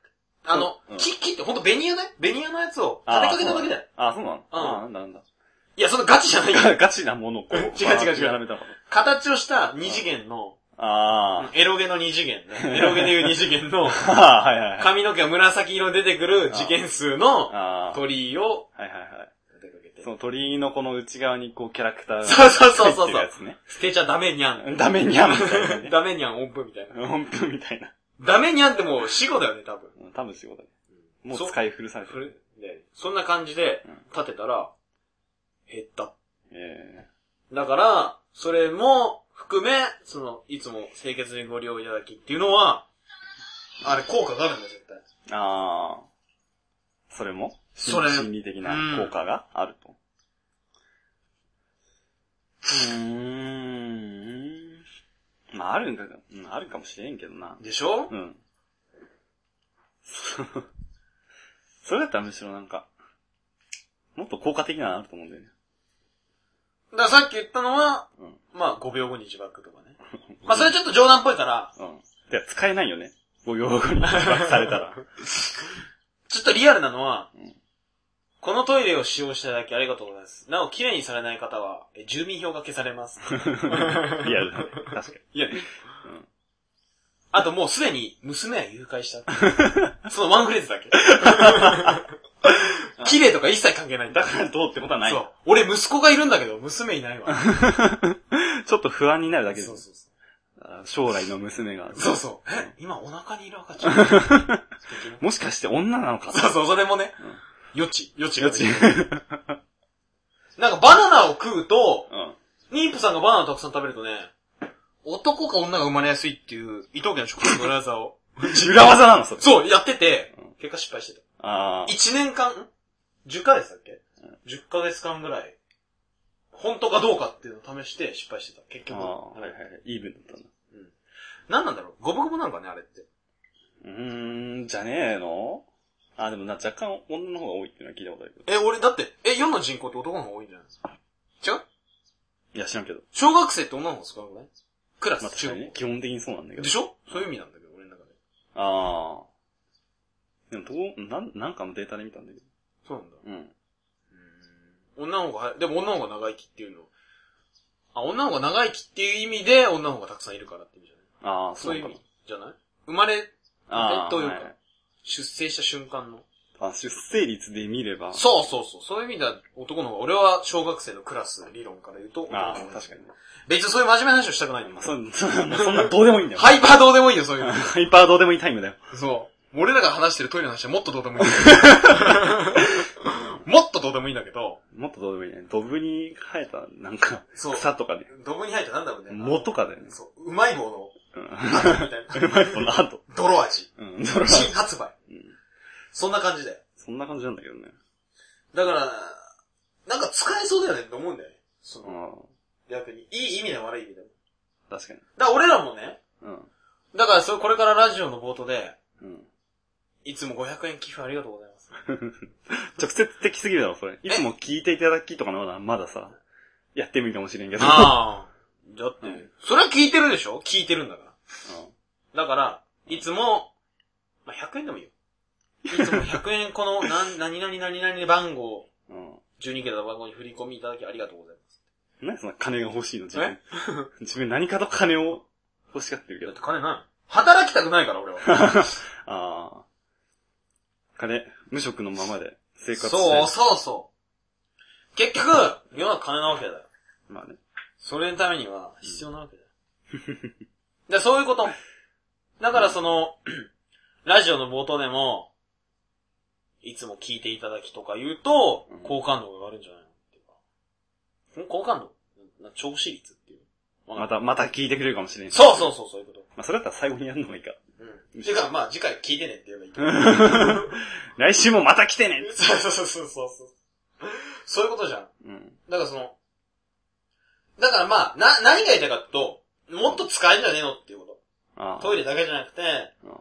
Speaker 2: あの
Speaker 1: うん、
Speaker 2: 木、木ってほんとベニヤねベニヤのやつを立てかけただけだよ。
Speaker 1: あー、そうなの
Speaker 2: うん
Speaker 1: あー、なんだなんだ。 [laughs]
Speaker 2: いや、そのガチじゃないよ。
Speaker 1: ガガチなものを
Speaker 2: [laughs]
Speaker 1: こう、
Speaker 2: 違う違う違う
Speaker 1: 並べたの。
Speaker 2: 形をした二次元の、
Speaker 1: あ
Speaker 2: エロゲの二次元ね。エロゲでいう二次元
Speaker 1: [laughs]
Speaker 2: の、
Speaker 1: あ。ああ、はいはいはい。
Speaker 2: 髪の毛が紫色に出てくる事件数の
Speaker 1: ああ。
Speaker 2: 鳥居を
Speaker 1: はいはいはい。
Speaker 2: 立てかけて
Speaker 1: その鳥居のこの内側にこうキャラクターが
Speaker 2: そうそうそうそう
Speaker 1: 入ってるやつね。
Speaker 2: 捨てちゃダメにゃん。。
Speaker 1: [laughs] ダメにゃんみたいなね
Speaker 2: ダメにゃん音符みたいな。
Speaker 1: 音符みたいな。
Speaker 2: ダメにゃんってもう死後だよね、多分。
Speaker 1: うん多分仕事だね。もう
Speaker 2: そ
Speaker 1: 使い古されて
Speaker 2: それ
Speaker 1: る。
Speaker 2: でそんな感じで
Speaker 1: うん
Speaker 2: 立てたら、減った。
Speaker 1: え
Speaker 2: だから、それも含め、その、いつも清潔にご利用いただきっていうのは、あれ効果があるんだよ、絶対。
Speaker 1: え。ああ。それも心
Speaker 2: それ
Speaker 1: 心理的な効果があると。うーん。まああるんだけど、うん、あるかもしれんけどな。
Speaker 2: でしょ
Speaker 1: うん。 [laughs] そうそれだったらむしろなんか、もっと効果的なのあると思うんだよね。
Speaker 2: だからさっき言ったのは、
Speaker 1: うん。
Speaker 2: まあ5秒後に自爆とかね。まあそれちょっと冗談っぽいから、
Speaker 1: うん。では使えないよね。5秒後に自爆された
Speaker 2: [laughs]
Speaker 1: ら。
Speaker 2: ちょっとリアルなのは、
Speaker 1: うん
Speaker 2: このトイレを使用していただきありがとうございます。なお、綺麗にされない方は、え住民票が消され
Speaker 1: [laughs]
Speaker 2: ます。
Speaker 1: リアルだね。確か
Speaker 2: いや、あともうすでに娘は誘拐した。
Speaker 1: [laughs]
Speaker 2: そのワンフレーズだけ。綺麗とか一切関係ないん
Speaker 1: に。
Speaker 2: だ。
Speaker 1: だからどうってことはない。
Speaker 2: そう。俺息子がいるんだけど、娘いないわ。
Speaker 1: ちょっと不安になるだけで
Speaker 2: そう
Speaker 1: す。
Speaker 2: そうそ
Speaker 1: あ将来の娘が
Speaker 2: う。。そうそう。え今お腹にいる赤
Speaker 1: [laughs]
Speaker 2: ちゃん。そう
Speaker 1: もしかして女なのか
Speaker 2: そう、それもね
Speaker 1: うん。
Speaker 2: 余地、余地
Speaker 1: よ
Speaker 2: が
Speaker 1: ち。
Speaker 2: ね。
Speaker 1: う
Speaker 2: なんかバナナを食うと、
Speaker 1: ん。
Speaker 2: 妊婦さんがバナナをたくさん食べるとね、男か女が生まれやすいっていう、伊藤家の食品の裏技を。
Speaker 1: 裏技なの、それ。
Speaker 2: そう、やってて
Speaker 1: うん、
Speaker 2: 結果失敗してた。
Speaker 1: ああ。
Speaker 2: 一年間、ん ?10 ヶ月だっけ、?10 ヶ月間ぐらい、本当かどうかっていうのを試して失敗してた。結
Speaker 1: あ
Speaker 2: 局。
Speaker 1: あ、はいはいはい。イーブンだったんだ。
Speaker 2: 何なんだろうゴブゴブなのかねあれって。
Speaker 1: うーん、じゃねえのあ、でもな、若干女の方が多いっていうのは聞いたことあるけど。
Speaker 2: え、俺、だって、え、世の人口って男の方が多いんじゃないですか違う
Speaker 1: いや、知らんけど。
Speaker 2: 小学生って女の方が少なくないクラ
Speaker 1: まあ、
Speaker 2: ス、
Speaker 1: 確
Speaker 2: 中
Speaker 1: か
Speaker 2: 学
Speaker 1: にね
Speaker 2: 校。
Speaker 1: 基本的にそうなんだけど
Speaker 2: で。しょそういう意味なんだけど、俺の中で。
Speaker 1: ああ。でも、どう、なん、なんかのデータで見たんだけど。
Speaker 2: そうなんだ。
Speaker 1: う
Speaker 2: うー
Speaker 1: ん。
Speaker 2: ん。女の方がは、でも女の方が長生きっていうの。あ、女の方が長生きっていう意味で、女の方がたくさんいるからって意味じゃない
Speaker 1: ああ、
Speaker 2: そ
Speaker 1: そうう
Speaker 2: いう
Speaker 1: か
Speaker 2: 意
Speaker 1: も
Speaker 2: 味。じゃない生まれ、
Speaker 1: ああ、
Speaker 2: どういうか
Speaker 1: はいはい
Speaker 2: 出生した瞬間の。
Speaker 1: あ、出生率で見れば。
Speaker 2: そうそうそう。そういう意味では男の方が、俺は小学生のクラス理論から言うと、
Speaker 1: ああ、
Speaker 2: 男の方が
Speaker 1: 確かに。
Speaker 2: 別にそういう真面目な話をしたくないんだ
Speaker 1: まあ、
Speaker 2: よ。
Speaker 1: そん [laughs] そんなどうでもいいんだよ。
Speaker 2: ハイパーどうでもいいよ、そうい
Speaker 1: [laughs]
Speaker 2: うの。
Speaker 1: ハイパーどうでもいいタイムだよ。
Speaker 2: そう。俺らが話してるトイレの話はもっとどうでもいいん
Speaker 1: [laughs]
Speaker 2: だけど。もっとどうでもいいんだけど、
Speaker 1: もっとどうでもいいね。ドブに生えた、なんか、
Speaker 2: そう。
Speaker 1: 草とかね。
Speaker 2: どこに入ったなんだろうね。
Speaker 1: 藻とかだよね。
Speaker 2: そう。うまい棒の、
Speaker 1: うん。 [laughs]
Speaker 2: みたいな。
Speaker 1: うまいもんな、あと。
Speaker 2: 泥味。
Speaker 1: うん、それは
Speaker 2: [laughs] 新発売
Speaker 1: うん。
Speaker 2: そんな感じだよ。
Speaker 1: そんな感じなんだけどね。
Speaker 2: だから、なんか使えそうだよねって思うんだよね。その、
Speaker 1: あ
Speaker 2: 逆に。いい意味でも悪い意味でも。
Speaker 1: あ、確かに。
Speaker 2: だから俺らもね、
Speaker 1: うん。
Speaker 2: だから、それ、これからラジオの冒頭で、
Speaker 1: うん。
Speaker 2: いつも500円寄付ありがとうございます。
Speaker 1: 直接的すぎるだろ、それ。いつも聞いていただきとかのまだ、まださ、やってもいいかもしれんけど。
Speaker 2: ああ。だって、
Speaker 1: うん
Speaker 2: それは聞いてるでしょ聞いてるんだか
Speaker 1: うん
Speaker 2: ら。だから、いつも、まあ、100円でもいいよ。いつも100円 [laughs] この、なん、何々何々番号、
Speaker 1: うん。
Speaker 2: 12桁の番号に振り込みいただきありがとうございます。
Speaker 1: 何そんな金が欲しいの、自分。 [laughs] 自分何かと金を欲しがってるけ
Speaker 2: だ
Speaker 1: ど
Speaker 2: って。金ない。働きたくないから、俺は。
Speaker 1: ああ。金、無職のままで生活して。
Speaker 2: そう、そうそう。結局、世の中金なわけだよ。
Speaker 1: まあね。
Speaker 2: それのためには必要なわけだよ。
Speaker 1: [laughs]
Speaker 2: で、そういうこと。だからその、 [clears throat] ラジオの冒頭でも、いつも聞いていただきとか言うと
Speaker 1: うん、
Speaker 2: 好感度が上がるんじゃないのっていうか。ん好感度な調子率っていう。
Speaker 1: ま。た、また聞いてくれるかもしれん。
Speaker 2: そうそうそう、そういうこと。
Speaker 1: まあ、それだったら最後にやるのがいいか。 [laughs]
Speaker 2: うん。てか、まあ次回聞いてねって言えばいいけど。
Speaker 1: 来週もまた来てね
Speaker 2: [laughs] そうそうそうそうそう。そういうことじゃん。
Speaker 1: うん。
Speaker 2: だからその、だからまあ、な、何が言いたいかっていうと、もっと使えんじゃねえのっていうこと。
Speaker 1: ああ。
Speaker 2: トイレだけじゃなくて、
Speaker 1: うん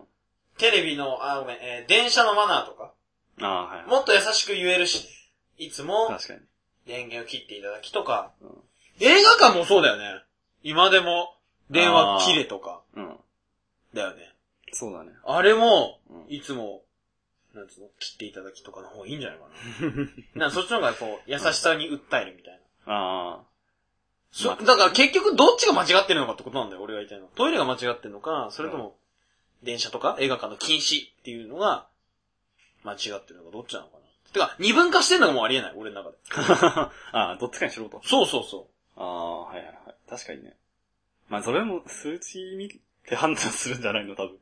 Speaker 2: テレビの、あ、ごめん、えー電車のマナーとか、
Speaker 1: ああ、はいはい。
Speaker 2: もっと優しく言えるし、いつも
Speaker 1: 確かに。
Speaker 2: 電源を切っていただきとか、
Speaker 1: うん
Speaker 2: 映画館もそうだよね。今でも、電話切れとか、
Speaker 1: うん。
Speaker 2: だよね。
Speaker 1: そうだね。
Speaker 2: あれも、
Speaker 1: うん
Speaker 2: いつも、なんつうの、切っていただきとかの方がいいんじゃないか
Speaker 1: [laughs]
Speaker 2: な。なんかそっちの方がこう、優しさに訴えるみたいな。
Speaker 1: あ
Speaker 2: そ、
Speaker 1: まあ
Speaker 2: だから結局どっちが間違ってるのかってことなんだよ、俺が言いたいのは。トイレが間違ってるのか、それとも、電車とか映画館の禁止っていうのが、間違ってるのかどっちなのかな。てか、二分化してんのがもうありえない、俺の中で。
Speaker 1: あ。 [laughs] ああ、どっちかにしろと。
Speaker 2: そうそうそ
Speaker 1: ああ、はいはいはい。確かにね。まあ、それも数値見て判断するんじゃないの、多分。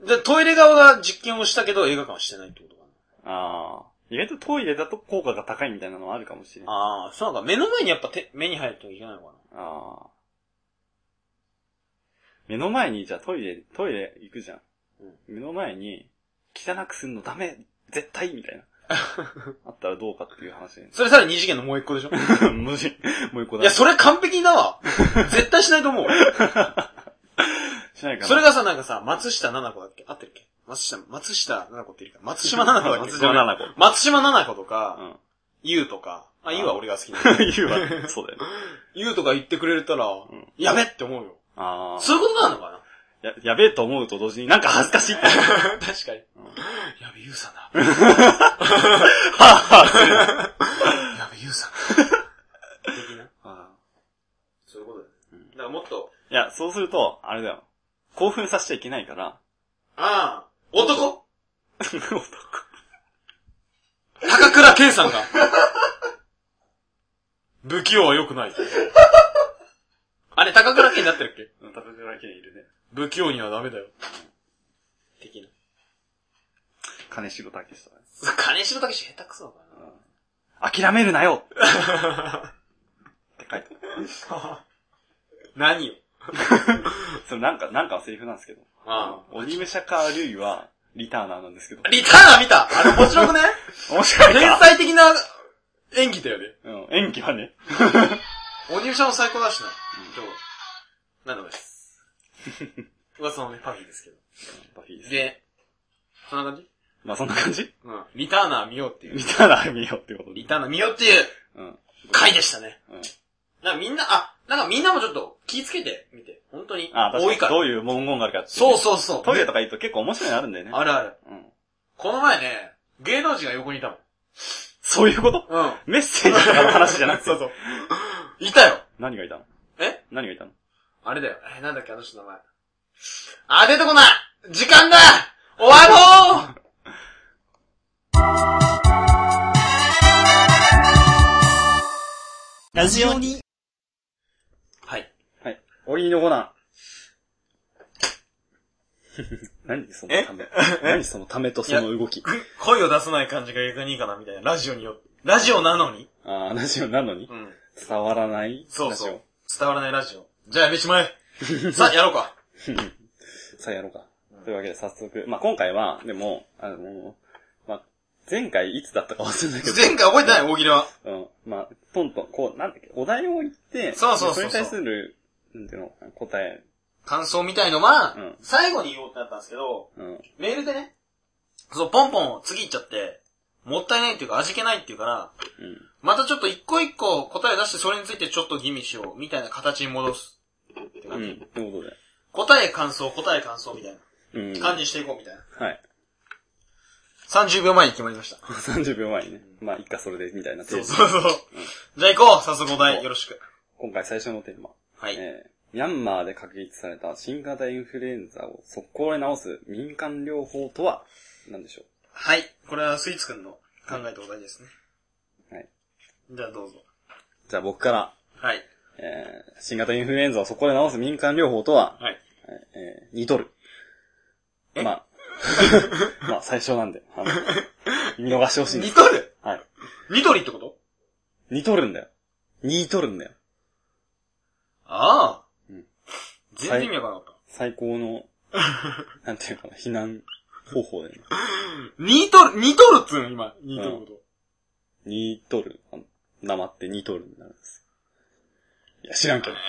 Speaker 2: う。で、トイレ側が実験をしたけど映画館はしてないってことか
Speaker 1: ああ。意外とトイレだと効果が高いみたいなのはあるかもしれない。
Speaker 2: な。ああ、そうなんか目の前にやっぱ手、目に入るといけないのかな。
Speaker 1: ああ。目の前に、じゃあトイレ、トイレ行くじゃん。
Speaker 2: うん
Speaker 1: 目の前に、汚くすんのダメ絶対みたい
Speaker 2: [laughs]
Speaker 1: な。あったらどうかっていう話。
Speaker 2: それさらに二次元のもう一個でしょい
Speaker 1: もし、もう一個だ。
Speaker 2: や、それ完璧だわ。絶対しないと [laughs] 思う。
Speaker 1: しないかな。
Speaker 2: それがさ、なんかさ、松下奈々子だっけ合ってるっけ松下、松下奈々子って言うか。松島奈 [laughs] 々子だっけ
Speaker 1: 松島奈々
Speaker 2: 松島奈々子とか、
Speaker 1: うん。
Speaker 2: ゆうとか、あ、
Speaker 1: あ
Speaker 2: ゆうは俺が好き [laughs] なんだ。
Speaker 1: [laughs] 言うわ。そうだよね。
Speaker 2: ゆうとか言ってくれたら、
Speaker 1: ん
Speaker 2: やべって思うよ。
Speaker 1: ああ。
Speaker 2: そういうことなのか [laughs] な
Speaker 1: や、やべえと思うと同時になんか恥ずかしいって。
Speaker 2: [laughs] 確かに。やべ、ゆうさんだ。 [laughs] やべ、ユウさん。的な。
Speaker 1: あ
Speaker 2: そういうことだよね。だからもっと、
Speaker 1: ーいや、そうすると、あれだよ。興奮させちゃいけないから、 [laughs]
Speaker 2: ああ、男
Speaker 1: 男。
Speaker 2: 高倉健さんが。 [laughs] 不器用は良くない。 [laughs] あれ、高倉健になってるっけ
Speaker 1: 高倉健いるね。
Speaker 2: 不器用にはダメだよ。的な。
Speaker 1: 金城武史とかね。
Speaker 2: 金城武史下手くそだか
Speaker 1: 諦めるなよ
Speaker 2: ら
Speaker 1: って書いてある。
Speaker 2: [laughs] な。何よ。
Speaker 1: それなんか、なんかはセリフなんですけど。
Speaker 2: あ
Speaker 1: 鬼武者か竜は、リターナーなんですけど
Speaker 2: あ。。リターナー見たあれ面白くね
Speaker 1: 面白い
Speaker 2: 天
Speaker 1: か
Speaker 2: 才的な演技だよね。
Speaker 1: うん、演技はね。
Speaker 2: 鬼武者も最高だしな。どうなのです。
Speaker 1: [laughs]
Speaker 2: 噂のね、パフィーですけど。
Speaker 1: バフィです。
Speaker 2: で、そんな感じ
Speaker 1: まあそんな感じ
Speaker 2: うん。リターナー見ようっていう。
Speaker 1: リターナー見ようってことで
Speaker 2: リ。ターナー見ようっていう
Speaker 1: うん。
Speaker 2: 回でしたね。
Speaker 1: うん。
Speaker 2: なんかみんな、あ、なんかみんなもちょっと気ぃつけてみて。本当に。
Speaker 1: あ、確
Speaker 2: 多
Speaker 1: か
Speaker 2: い
Speaker 1: に
Speaker 2: から。
Speaker 1: どういう文言があるかってい
Speaker 2: そう
Speaker 1: う。
Speaker 2: そうそう。
Speaker 1: トイレとか言うと結構面白いのあるんだよね。
Speaker 2: あるある。
Speaker 1: うん。
Speaker 2: この前ね、芸能人が横にいたもん。
Speaker 1: そういうこと [laughs]
Speaker 2: うん。
Speaker 1: メッセージとかの話じゃなく
Speaker 2: [laughs]
Speaker 1: て。
Speaker 2: そうそう。いたよ。
Speaker 1: 何がいたの
Speaker 2: え
Speaker 1: 何がいたの
Speaker 2: あれだよ。え、なんだっけ、あの人の名前。あ、出てこない時間だ終わろう
Speaker 3: ラジオに
Speaker 2: はい。
Speaker 1: 鬼のコナン。 [laughs] 何そのため。何そのためとその動き。
Speaker 2: 声を出さない感じが逆にいいかな、みたいな。ラジオによって。ラジオなのに
Speaker 1: ああ、ラジオなのに
Speaker 2: うん。
Speaker 1: 伝わらない
Speaker 2: そう
Speaker 1: ラジ
Speaker 2: そ
Speaker 1: オ
Speaker 2: う。伝わらないラジオ。じゃあやめちまえ [laughs] さあ、やろうか。
Speaker 1: さあやろうか
Speaker 2: うん。
Speaker 1: というわけで早速。まあ、今回は、でも、あの、まあ、前回いつだったか忘れないけど。
Speaker 2: 前回覚えてない大喜利は。
Speaker 1: うん。まあ、トントン、こう、なんだっけ、お題を言って、
Speaker 2: そうそうそうそう
Speaker 1: でれに対する、なんていうの、答え、
Speaker 2: 感想みたいのは、
Speaker 1: うん
Speaker 2: 最後に言おうってなったんですけど、
Speaker 1: うん。
Speaker 2: メールでね、そう、ポンポン次行っちゃって、もったいないっていうか味気ないっていうから、またちょっと一個一個答え出してそれについてちょっと吟味しよう、みたいな形に戻す。って
Speaker 1: うん。う
Speaker 2: 感じ。
Speaker 1: ん。ということで。
Speaker 2: 答え感想、答え感想みたい
Speaker 1: うん。
Speaker 2: な感じにしていこうみたいな。
Speaker 1: はい。
Speaker 2: 30秒前に決まりました。
Speaker 1: 30秒前にね。まあ、いっか、それで、みたいなテー
Speaker 2: そう
Speaker 1: マ。
Speaker 2: そうそう。じゃあ行こう早速お題よろしく。
Speaker 1: 今回最初のテーマ。
Speaker 2: はい。
Speaker 1: えー、ミャンマーで確立された新型インフルエンザを速攻で治す民間療法とは、何でしょ
Speaker 2: はい。これはスイーツくんの考えたお題ですね。
Speaker 1: はい。
Speaker 2: じゃあどうぞ。
Speaker 1: うじゃあ僕から、
Speaker 2: はい。
Speaker 1: えー、新型インフルエンザを速攻で治す民間療法とは、
Speaker 2: はい。
Speaker 1: えー、ニトル。
Speaker 2: え [laughs]
Speaker 1: まあ、まあ、最初なんで、あの、見逃してほしいんで
Speaker 2: ニ
Speaker 1: す。
Speaker 2: トル
Speaker 1: はい。
Speaker 2: ニトリってこと
Speaker 1: 似とるんだよ。似とるんだよ。
Speaker 2: ああ。
Speaker 1: うん
Speaker 2: 全然意味わからなかっ
Speaker 1: 最高の、なんていうかな、避難方法だよね。
Speaker 2: た。ニトル、ニトルっつうの今。ニトルのこ
Speaker 1: 似とる。あの生って似とるになるんです。いや、知らんけど。
Speaker 2: と。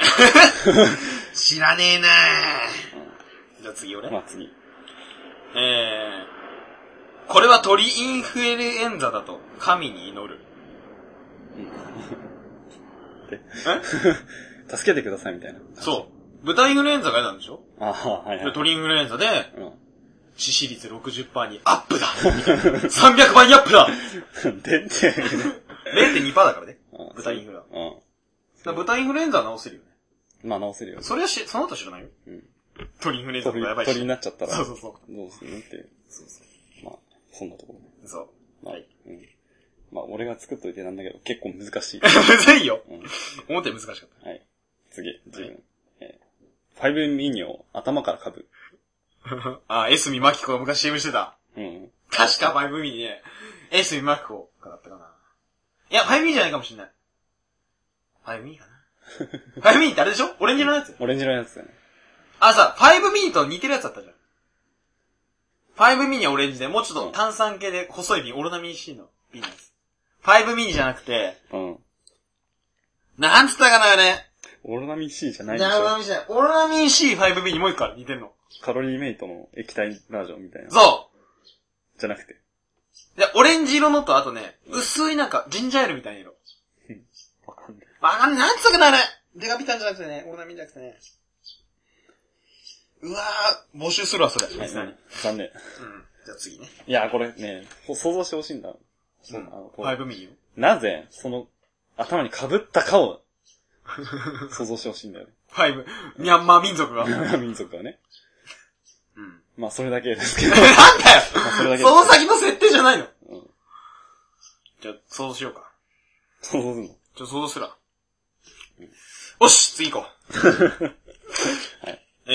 Speaker 2: 知らねえなじゃあ次俺。
Speaker 1: まあ次。
Speaker 2: えー。これは鳥インフルエンザだと、神に祈る。
Speaker 1: 助けてくださいみたいな。
Speaker 2: そう。豚インフルエンザが嫌なんでしょ
Speaker 1: ああ、はいはい
Speaker 2: で。鳥インフルエンザで、
Speaker 1: う
Speaker 2: 致死率60%にアップだ [laughs] !300 倍にアップだ
Speaker 1: ん。 [laughs] でっていうね。
Speaker 2: !0.2% だからね。
Speaker 1: うん
Speaker 2: 豚インフルだ。
Speaker 1: う
Speaker 2: だから豚インフルエンザは治せるよね。
Speaker 1: ん。まあ直せるよ。
Speaker 2: それはし、その後知らないよ。
Speaker 1: うん
Speaker 2: 鳥インフルエンザと
Speaker 1: 鳥
Speaker 2: かやばいし。
Speaker 1: 鳥になっちゃったら、
Speaker 2: そう
Speaker 1: ど
Speaker 2: そうそう
Speaker 1: するっていう。
Speaker 2: うそ
Speaker 1: まあ、そんなところね。
Speaker 2: う。そう。 [laughs]
Speaker 1: まあ、
Speaker 2: はい
Speaker 1: うん。まあ、俺が作っといてなんだけど、結構難
Speaker 2: [laughs]
Speaker 1: しい。
Speaker 2: むずいよ。
Speaker 1: うん
Speaker 2: 思ったより難しかっ
Speaker 1: はい。次、自分。えーファイブミニを頭からかぶ。
Speaker 2: た。あ、エスミマキコが昔 CM してた。
Speaker 1: うん。
Speaker 2: 確かファイブミにね、エスミマキコだったかな。いや、ファイブミじゃないかもしんない。ファイブミか [laughs] な。ファイブミってあれでしょオレンジ色のやつ。
Speaker 1: オレンジのやつだね。
Speaker 2: あ、さ、ファイブミニと似てるやつだったじゃん。ファイブミニはオレンジで、もうちょっと炭酸系で細い瓶、オロナミン C の瓶です。ファイブミニじゃなくて、
Speaker 1: うん。
Speaker 2: なんつったかなよね。
Speaker 1: オロナミン C じゃないでし
Speaker 2: なオロナ
Speaker 1: ょ。
Speaker 2: ミン C じゃない。オロナミン C5B にもう一個ある、似てるの。
Speaker 1: カロリーメイトの液体バージョンみたいな。
Speaker 2: そ
Speaker 1: じゃなくて。
Speaker 2: う。で、オレンジ色のと、あとね、薄いなんか、ジンジャーエールみたいな色。
Speaker 1: わかんない。
Speaker 2: わかんない。なんつうかな、あれ。デカピタンじゃなくてね、オロナミンじゃなくてね。うわぁ、募集するわ、それ。
Speaker 1: はい
Speaker 2: うん。じゃ
Speaker 1: 残念。
Speaker 2: あ次ね。
Speaker 1: いや、これね、ほ想像してほしいんだ。そううんなの
Speaker 2: ファイブミリオン。
Speaker 1: なぜ、その、頭に被ったかを、想像してほしいんだよね。
Speaker 2: ファイブ、ミャンマー民族が。 [laughs] うん。
Speaker 1: 民族はね。
Speaker 2: なん
Speaker 1: まあ、それだけですけど。
Speaker 2: だ
Speaker 1: ま
Speaker 2: よ
Speaker 1: あ、それだけ
Speaker 2: [laughs]
Speaker 1: で
Speaker 2: その先の設定じゃないの。
Speaker 1: うん
Speaker 2: じゃあ、想像しようか。
Speaker 1: す。想像するの。
Speaker 2: じゃあ、想像すら。よし次行こ [laughs] う。
Speaker 1: はい
Speaker 2: え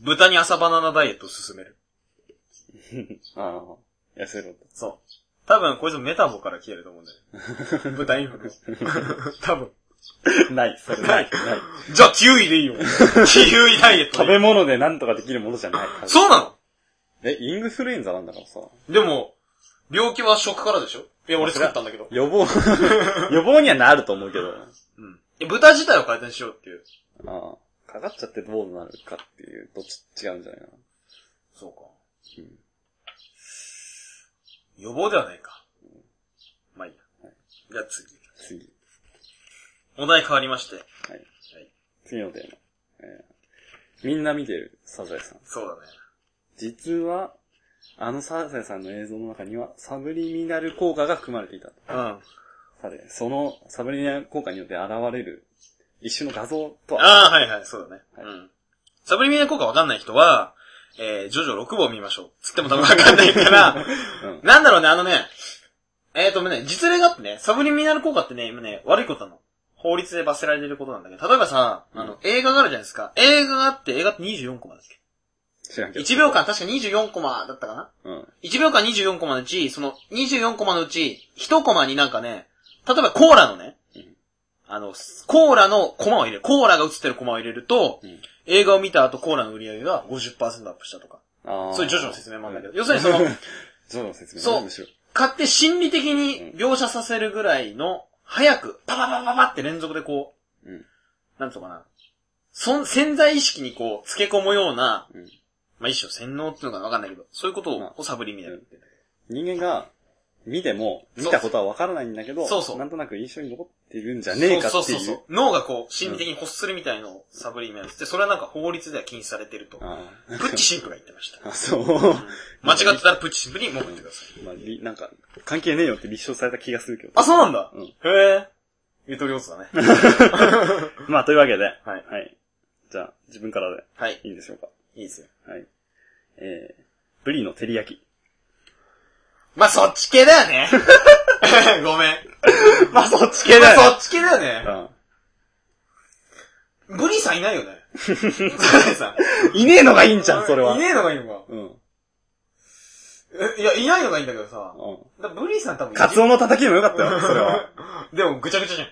Speaker 2: ー、豚に朝バナナダイエットを進める。
Speaker 1: ああ、痩せろと。
Speaker 2: そう。多分、こいつメタボから来てると思うんだ
Speaker 1: [laughs]
Speaker 2: よね。豚インフル。 [laughs] 多分。
Speaker 1: ない、それ
Speaker 2: な
Speaker 1: ないい。
Speaker 2: じゃあ、キウイでいい
Speaker 1: [laughs]
Speaker 2: よ。キウイダイエット
Speaker 1: 食
Speaker 2: でい
Speaker 1: べ
Speaker 2: い。
Speaker 1: 物でなんとかできるものじゃない。
Speaker 2: そうな
Speaker 1: え、インフルエンザなんだからさ。
Speaker 2: のでも、病気は食からでしょいや、俺作ったんだけど。
Speaker 1: 予防、 [laughs] 予防にはなると思うけど。
Speaker 2: うん。いや豚自体を改善しようっていう。
Speaker 1: ああ、かかっちゃってどうなるかっていう、どっち違うんじゃないか
Speaker 2: そうか。
Speaker 1: な。うん
Speaker 2: 予防ではないか。まあいいや。じゃあ次。
Speaker 1: 次。
Speaker 2: お題変わりまして。
Speaker 1: はい。次のテーマ。えーみんな見てる、サザエさん。
Speaker 2: そうだね。
Speaker 1: 実は、あのサザエさんの映像の中には、サブリミナル効果が含まれていたと。
Speaker 2: うん。
Speaker 1: さて、そのサブリミナル効果によって現れる、一種の画像とは、
Speaker 2: ああ、はいはい、そうだね。
Speaker 1: はい
Speaker 2: うん。サブリミナル効果わかんない人は、えー、ジョジョ6部を見ましょう。つっても多分わかんない
Speaker 1: [laughs]
Speaker 2: から、
Speaker 1: うん。
Speaker 2: なんだろうね、あのね、えーとね、実例があってね、サブリミナル効果ってね、今ね、悪いことなの。法律で罰せられてることなんだけど、例えばさ、あの、映画があるじゃないですか。映画があって、映画って24コマだっけ
Speaker 1: 知らんけど。
Speaker 2: ?1 秒間、確か24コマだったかな
Speaker 1: うん。
Speaker 2: 1秒間24コマのうち、その24コマのうち、1コマになんかね、例えばコーラのね
Speaker 1: うん、
Speaker 2: あの、コーラのコマを入れる。コーラが映ってるコマを入れると、
Speaker 1: うん
Speaker 2: 映画を見た後コーラの売り上げが50%アップしたとか。
Speaker 1: ああ。
Speaker 2: そういうジョジョの説明もあるんだけど。要するにそ
Speaker 1: [laughs]
Speaker 2: の、
Speaker 1: ジョジョの説明
Speaker 2: そう
Speaker 1: むしろ。
Speaker 2: 買って心理的に描写させるぐらいの、早く、パパパパパって連続でこう、
Speaker 1: うん
Speaker 2: なんとかな、そん、潜在意識にこう、付け込むような、
Speaker 1: うん
Speaker 2: まあ一種洗脳っていうのかわかんないけど、そういうこと
Speaker 1: まあ
Speaker 2: をおサブリミナルって言うんだけど
Speaker 1: 人間が見ても、見たことはわからないんだけど、
Speaker 2: そうそう
Speaker 1: なんとなく印象に残ってるんじゃねえかってい
Speaker 2: そう
Speaker 1: う。
Speaker 2: そうそうそう。脳がこう、心理的に欲するみたいのをサブリミナルって、それはなんか法律では禁止されてると。
Speaker 1: あ
Speaker 2: プッチ神父が言ってました
Speaker 1: あ。。あ、そう。 [laughs]
Speaker 2: 間違ってたらプッチ神父に戻ってください。
Speaker 1: まあ、りなんか、関係ねえよって立証された気がするけど。
Speaker 2: あ、そうなんだ。
Speaker 1: うん
Speaker 2: へえ。ゆとりおつ
Speaker 1: [laughs]
Speaker 2: だね。
Speaker 1: まあ、というわけで。はいはい。じゃあ、自分からで
Speaker 2: はい。
Speaker 1: いいでしょうか。
Speaker 2: いいですよ。
Speaker 1: はい。えー、ブリの照り焼き。
Speaker 2: まあ、そっち系だよね。 [laughs] ごめん。
Speaker 1: まあ、そっち
Speaker 2: え、
Speaker 1: 系
Speaker 2: まあ、そっち系だよね。
Speaker 1: よ。
Speaker 2: ブリさんいない
Speaker 1: [laughs]
Speaker 2: よね。サザエさん。
Speaker 1: うん。いねえのがいいんじゃん、それは。
Speaker 2: いねえのがいいの
Speaker 1: うん。うん。
Speaker 2: か。えいや、いないのがいいんだけどさ。だからブリさん多分いじ
Speaker 1: カツオの叩きでもよかったよ、それは。
Speaker 2: [laughs] でも、ぐちゃぐちゃじ
Speaker 1: [laughs]
Speaker 2: ゃん。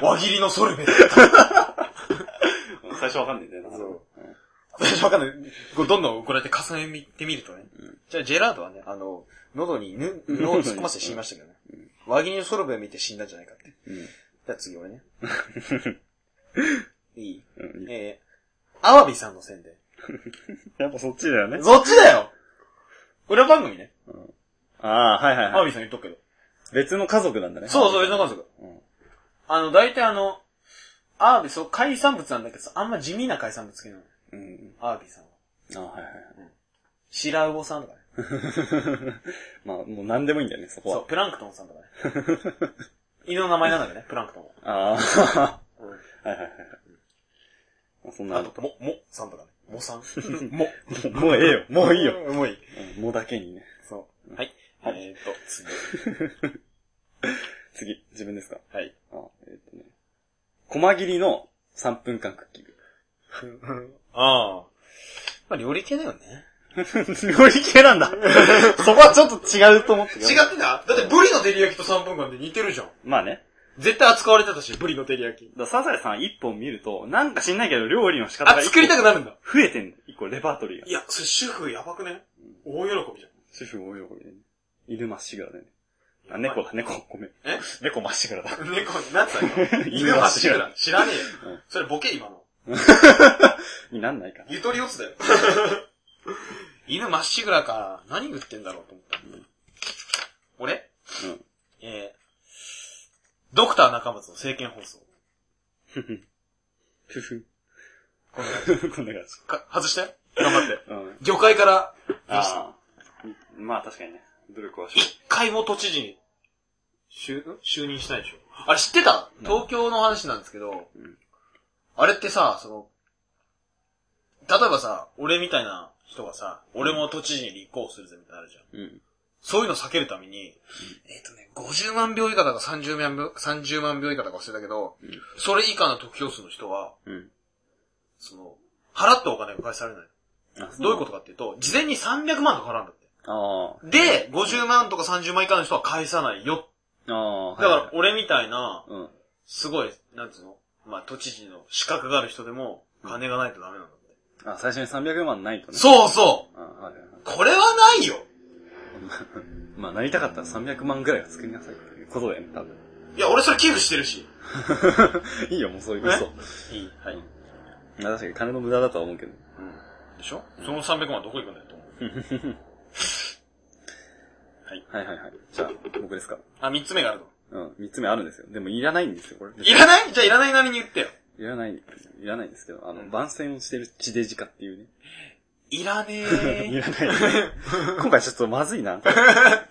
Speaker 2: 輪切りのソルベ。 [laughs]
Speaker 1: 最初わかんないんだよ
Speaker 2: そう。最初わかんない。こうどんどんこうやって重ねてみるとね。じゃあ、ジェラードはね、あの、喉にぬ、布を突っ込ませて死にましたけどね。輪切りのソルベを見て死んだんじゃないかって。
Speaker 1: うん。
Speaker 2: じゃあ次俺
Speaker 1: [laughs]
Speaker 2: ね。いい
Speaker 1: うん。
Speaker 2: えー、アワビさんの宣伝。
Speaker 1: やっぱそっちだよね。
Speaker 2: そっちだよ裏番組ね。
Speaker 1: ああ、はいはい
Speaker 2: アワ
Speaker 1: はい。
Speaker 2: ビさん言っとくけど。
Speaker 1: 別の家族なんだね。
Speaker 2: そうそう、別の家族。
Speaker 1: うん。
Speaker 2: あの、大体あの、アワビ、そう、海産物なんだけどさ、あんま地味な海産物系なの。
Speaker 1: うん。
Speaker 2: アワビさんは。
Speaker 1: ああ、はいはい。 [laughs]
Speaker 2: 白魚さんとかね。
Speaker 1: まあ、もう何でもいいんだよね、そこ
Speaker 2: そ
Speaker 1: は
Speaker 2: う、。プランクトンさんとかね。 [laughs] 犬の名前なんだけどね、プランクトンは。
Speaker 1: ああ、
Speaker 2: うん
Speaker 1: はいはいはい。まあそんな
Speaker 2: あ
Speaker 1: の。
Speaker 2: と、も、もさんとかね。もさん。 [laughs] も。
Speaker 1: もうええ [laughs] よ、もういいよ。。
Speaker 2: [laughs] もういい。
Speaker 1: うんもうだけにね。
Speaker 2: そう。はい。え
Speaker 1: はい
Speaker 2: ーっと、次。
Speaker 1: 次、自分ですか
Speaker 2: [laughs] はい。
Speaker 1: あ、えーっとね。細切りの3分間クッキン
Speaker 2: ああ。まあ、料理系だよね。
Speaker 1: グ。料理系
Speaker 2: [laughs]
Speaker 1: なんだ。そこはちょっと違うと思って
Speaker 2: 違ってただって、ブリの照り焼きと3分間で似てるじゃん。
Speaker 1: まあね。
Speaker 2: 絶対扱われてたし、ブリの照り焼き。
Speaker 1: だからサザエさん一本見ると、なんか知んないけど料理の仕方
Speaker 2: あ、
Speaker 1: が一個
Speaker 2: 作りたくなるんだ。
Speaker 1: 増えてんの。一個レパートリーが
Speaker 2: い。や、それ主婦やばくね大喜びじ
Speaker 1: 主婦大喜びでね。犬まっしぐらだね。
Speaker 2: ゃ
Speaker 1: あ、
Speaker 2: ん。
Speaker 1: 猫だ、猫。ごめん。
Speaker 2: え
Speaker 1: 猫まっしぐらだ。
Speaker 2: 猫、なんつうの [laughs] 犬
Speaker 1: 犬
Speaker 2: は
Speaker 1: は
Speaker 2: 知
Speaker 1: 知
Speaker 2: ら
Speaker 1: ら
Speaker 2: ん。知らねえ
Speaker 1: う
Speaker 2: よ
Speaker 1: ん。
Speaker 2: それボケ今の。
Speaker 1: になんないかな。
Speaker 2: ゆとり四つ [laughs] だよ。犬まっしぐらか。何言ってんだろうと思った。俺
Speaker 1: うん。
Speaker 2: えー、ドクター中松の政見放送。
Speaker 1: ふふ。ふふ。
Speaker 2: こんな
Speaker 1: こんな感じ。
Speaker 2: か外して。頑張って。
Speaker 1: うん。
Speaker 2: 魚介から、
Speaker 1: ああ。まあ確かにね。努力はし
Speaker 2: 一回も都知事に、就、ん就任したいでしょ。あれ知ってた
Speaker 1: うん
Speaker 2: 東京の話なんですけど、
Speaker 1: うん
Speaker 2: あれってさ、その、例えばさ、俺みたいな人がさ、俺も都知事に立候補するぜみたいなのあるじゃん。
Speaker 1: ろう。うん。
Speaker 2: そういうの避けるために、えっ、とね、50万票以下だか30万票、30万票以下だか忘れたけど、
Speaker 1: うん
Speaker 2: それ以下の得票数の人は、
Speaker 1: うん。
Speaker 2: その、払ったお金が返されない。
Speaker 1: あ
Speaker 2: どういうことかっていうと、事前に300万とか払うんだって。
Speaker 1: とああ。
Speaker 2: で、50万とか30万以下の人は返さないよ。
Speaker 1: ああ、
Speaker 2: だから、俺みたいな、
Speaker 1: うん。
Speaker 2: すごい、なんつうのまあ、都知事の資格がある人でも、金がないとダメなんだって。
Speaker 1: あ、最初に300万ないとね。
Speaker 2: そうそう
Speaker 1: あはいはいはい。
Speaker 2: これはないよ
Speaker 1: [laughs] まあ、なりたかったら300万ぐらいは作りなさいっていうことだよね、多分。
Speaker 2: いや、俺それ寄付してるし。
Speaker 1: [laughs] いいよ、もうそういう嘘。
Speaker 2: いい。はい。
Speaker 1: まあ確かに金の無駄だとは思うけど。
Speaker 2: でしょその300万どこ行くんだよ、と思う。
Speaker 1: はいはいはい。じゃあ、僕ですか。
Speaker 2: あ、3つ目があるの。
Speaker 1: うん。三つ目あるんですよ。でもいらないんですよ、これ。
Speaker 2: いらないじゃあいらないなりに言ってよ。
Speaker 1: いらない、いらないんですけど、あ
Speaker 2: う
Speaker 1: の、
Speaker 2: ん
Speaker 1: 番宣をしてる地デジ化っていうね。
Speaker 2: [laughs] いらね
Speaker 1: い
Speaker 2: え。
Speaker 1: らない。 [laughs] 今回ちょっとまずい [laughs] な。な、よ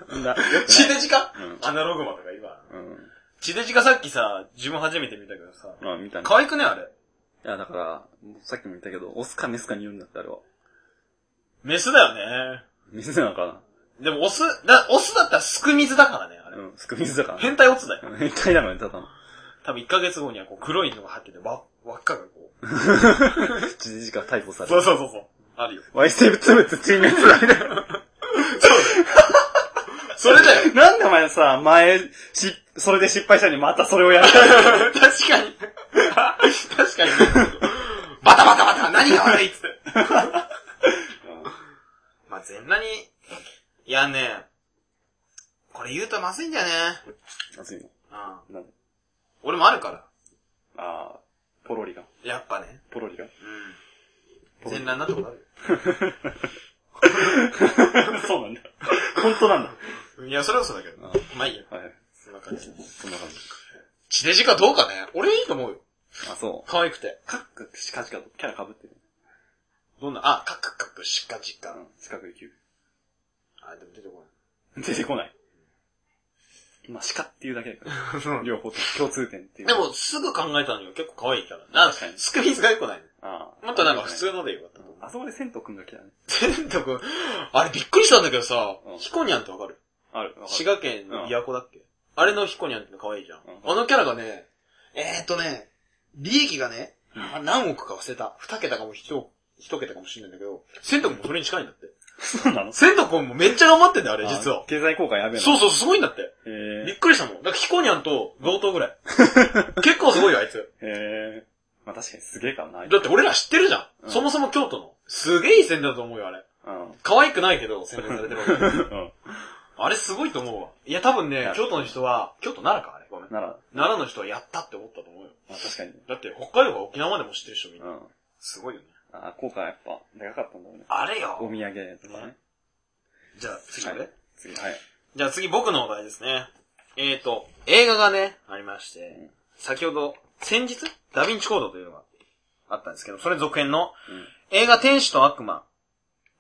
Speaker 1: くない。
Speaker 2: [laughs] 地デジか
Speaker 1: うん。
Speaker 2: アナログマとか今。
Speaker 1: うん。
Speaker 2: 地デジかさっきさ、自分初めて見たけどさ。
Speaker 1: まあ、みたいな。
Speaker 2: 可愛くね、あれ。
Speaker 1: いや、だから、さっきも言ったけど、オスかメスかに言うんだって、あれは。
Speaker 2: メスだよね。
Speaker 1: メスなのか
Speaker 2: でも、オス、だ、オスだったらすく水だからね、あ
Speaker 1: な
Speaker 2: れ。
Speaker 1: うん、すく水だか
Speaker 2: 変態オスだよ。
Speaker 1: らな。変態だからね、ただの。
Speaker 2: 多分1ヶ月後にはこう黒いのが入ってて、わ、輪っかがこう。
Speaker 1: 地デジ化逮捕され
Speaker 2: そう
Speaker 1: る。
Speaker 2: そうそうそう。あるよ。
Speaker 1: ワイセブツブツ沈滅だね。
Speaker 2: それだよ [laughs]
Speaker 1: なんでお前さ、前、し、それで失敗したのにまたそれをやる
Speaker 2: 確かに。 [laughs] 確かに。バタバタバタ何が悪いっつ [laughs] って。まあ、全裸に、いやね、これ言うとまずいんだよね。
Speaker 1: 熱いの。
Speaker 2: う
Speaker 1: なんで
Speaker 2: ん。俺もあるから。
Speaker 1: あー、ポロリが。
Speaker 2: やっぱね。
Speaker 1: ポロリが。 [laughs]
Speaker 2: うん。全裸になったことある
Speaker 1: そうなんだ。本当なんだ。
Speaker 2: よ。いや、それはそうだけど。まあいいや。
Speaker 1: はいはい。
Speaker 2: そんな感じ。
Speaker 1: そんな感じ。
Speaker 2: 地デジかどうかね。俺いいと思うよ。
Speaker 1: あ、そう。
Speaker 2: 可愛くて。
Speaker 1: カッカクシカジカとキャラ被ってる。
Speaker 2: どんな、あ、カクカク、シカジカ。
Speaker 1: うん。四角い球。
Speaker 2: あ、でも出てこ
Speaker 1: 出てこない。まあ、鹿っていうだけだから。
Speaker 2: ない。
Speaker 1: 両方と共通点っていう。
Speaker 2: で、も、すぐ考えたのよ。結構可愛いから。あ、
Speaker 1: 確かに
Speaker 2: スクミズが良くない。
Speaker 1: あー
Speaker 2: もっとなんか普。通のでよかったと
Speaker 1: う
Speaker 2: 思
Speaker 1: んあそこで銭湯くんが来たね。
Speaker 2: う。全徳、あれびっくりしたんだけどさ
Speaker 1: う、ん
Speaker 2: ヒコニャンってわかる
Speaker 1: ある。わか
Speaker 2: 滋
Speaker 1: る。
Speaker 2: 賀県の琵琶湖だっけあれのヒコニャンって可愛いじゃん
Speaker 1: う。ん
Speaker 2: あのキャラがね、えーっとね、利益がね、
Speaker 1: うん
Speaker 2: あ何億か忘れた。二桁かも一一桁かもしれないんだけど、千徳もそれに近いんだって。
Speaker 1: そう [laughs] なの
Speaker 2: 千徳もめっちゃ頑張ってんだよ、あれ、実
Speaker 1: あ
Speaker 2: は
Speaker 1: ー。経済効果やべえな。
Speaker 2: そうそう、すごいんだって。
Speaker 1: へ
Speaker 2: び
Speaker 1: え
Speaker 2: っくりしたもん。なんかヒコニャンと同等ぐ [laughs] らい。結構すごいよ、あいつ。
Speaker 1: ー。へえー。まあ確かにすげえからな。あいつ
Speaker 2: だって俺ら知ってるじゃん。
Speaker 1: うん
Speaker 2: そもそも京都の。すげえいい宣伝だと思うよ、あれ。
Speaker 1: うん。
Speaker 2: 可愛くないけど、宣伝されてるわ [laughs] け
Speaker 1: うん。
Speaker 2: あれすごいと思うわ。いや、多分ね
Speaker 1: は、い
Speaker 2: 京都の人は、京都奈良か、あれ。ごめん。
Speaker 1: なら、
Speaker 2: 奈良の人はやったって思ったと思うよ。
Speaker 1: まあ確かに。
Speaker 2: だって、北海道から沖縄までも知ってる人みん
Speaker 1: う
Speaker 2: な。
Speaker 1: ん。
Speaker 2: すごいよね。
Speaker 1: あー、効果はやっぱ、でかかったんだろうね。
Speaker 2: あれ
Speaker 1: お
Speaker 2: よ。
Speaker 1: 土産とかね。
Speaker 2: じゃあ、次俺、
Speaker 1: はい次、はい。
Speaker 2: じゃあ次僕のお題ですね。えーと、映画がね、ありまして、先ほど、先日ダヴィンチコードというのがあったんですけど、それ続編の映画天使と悪魔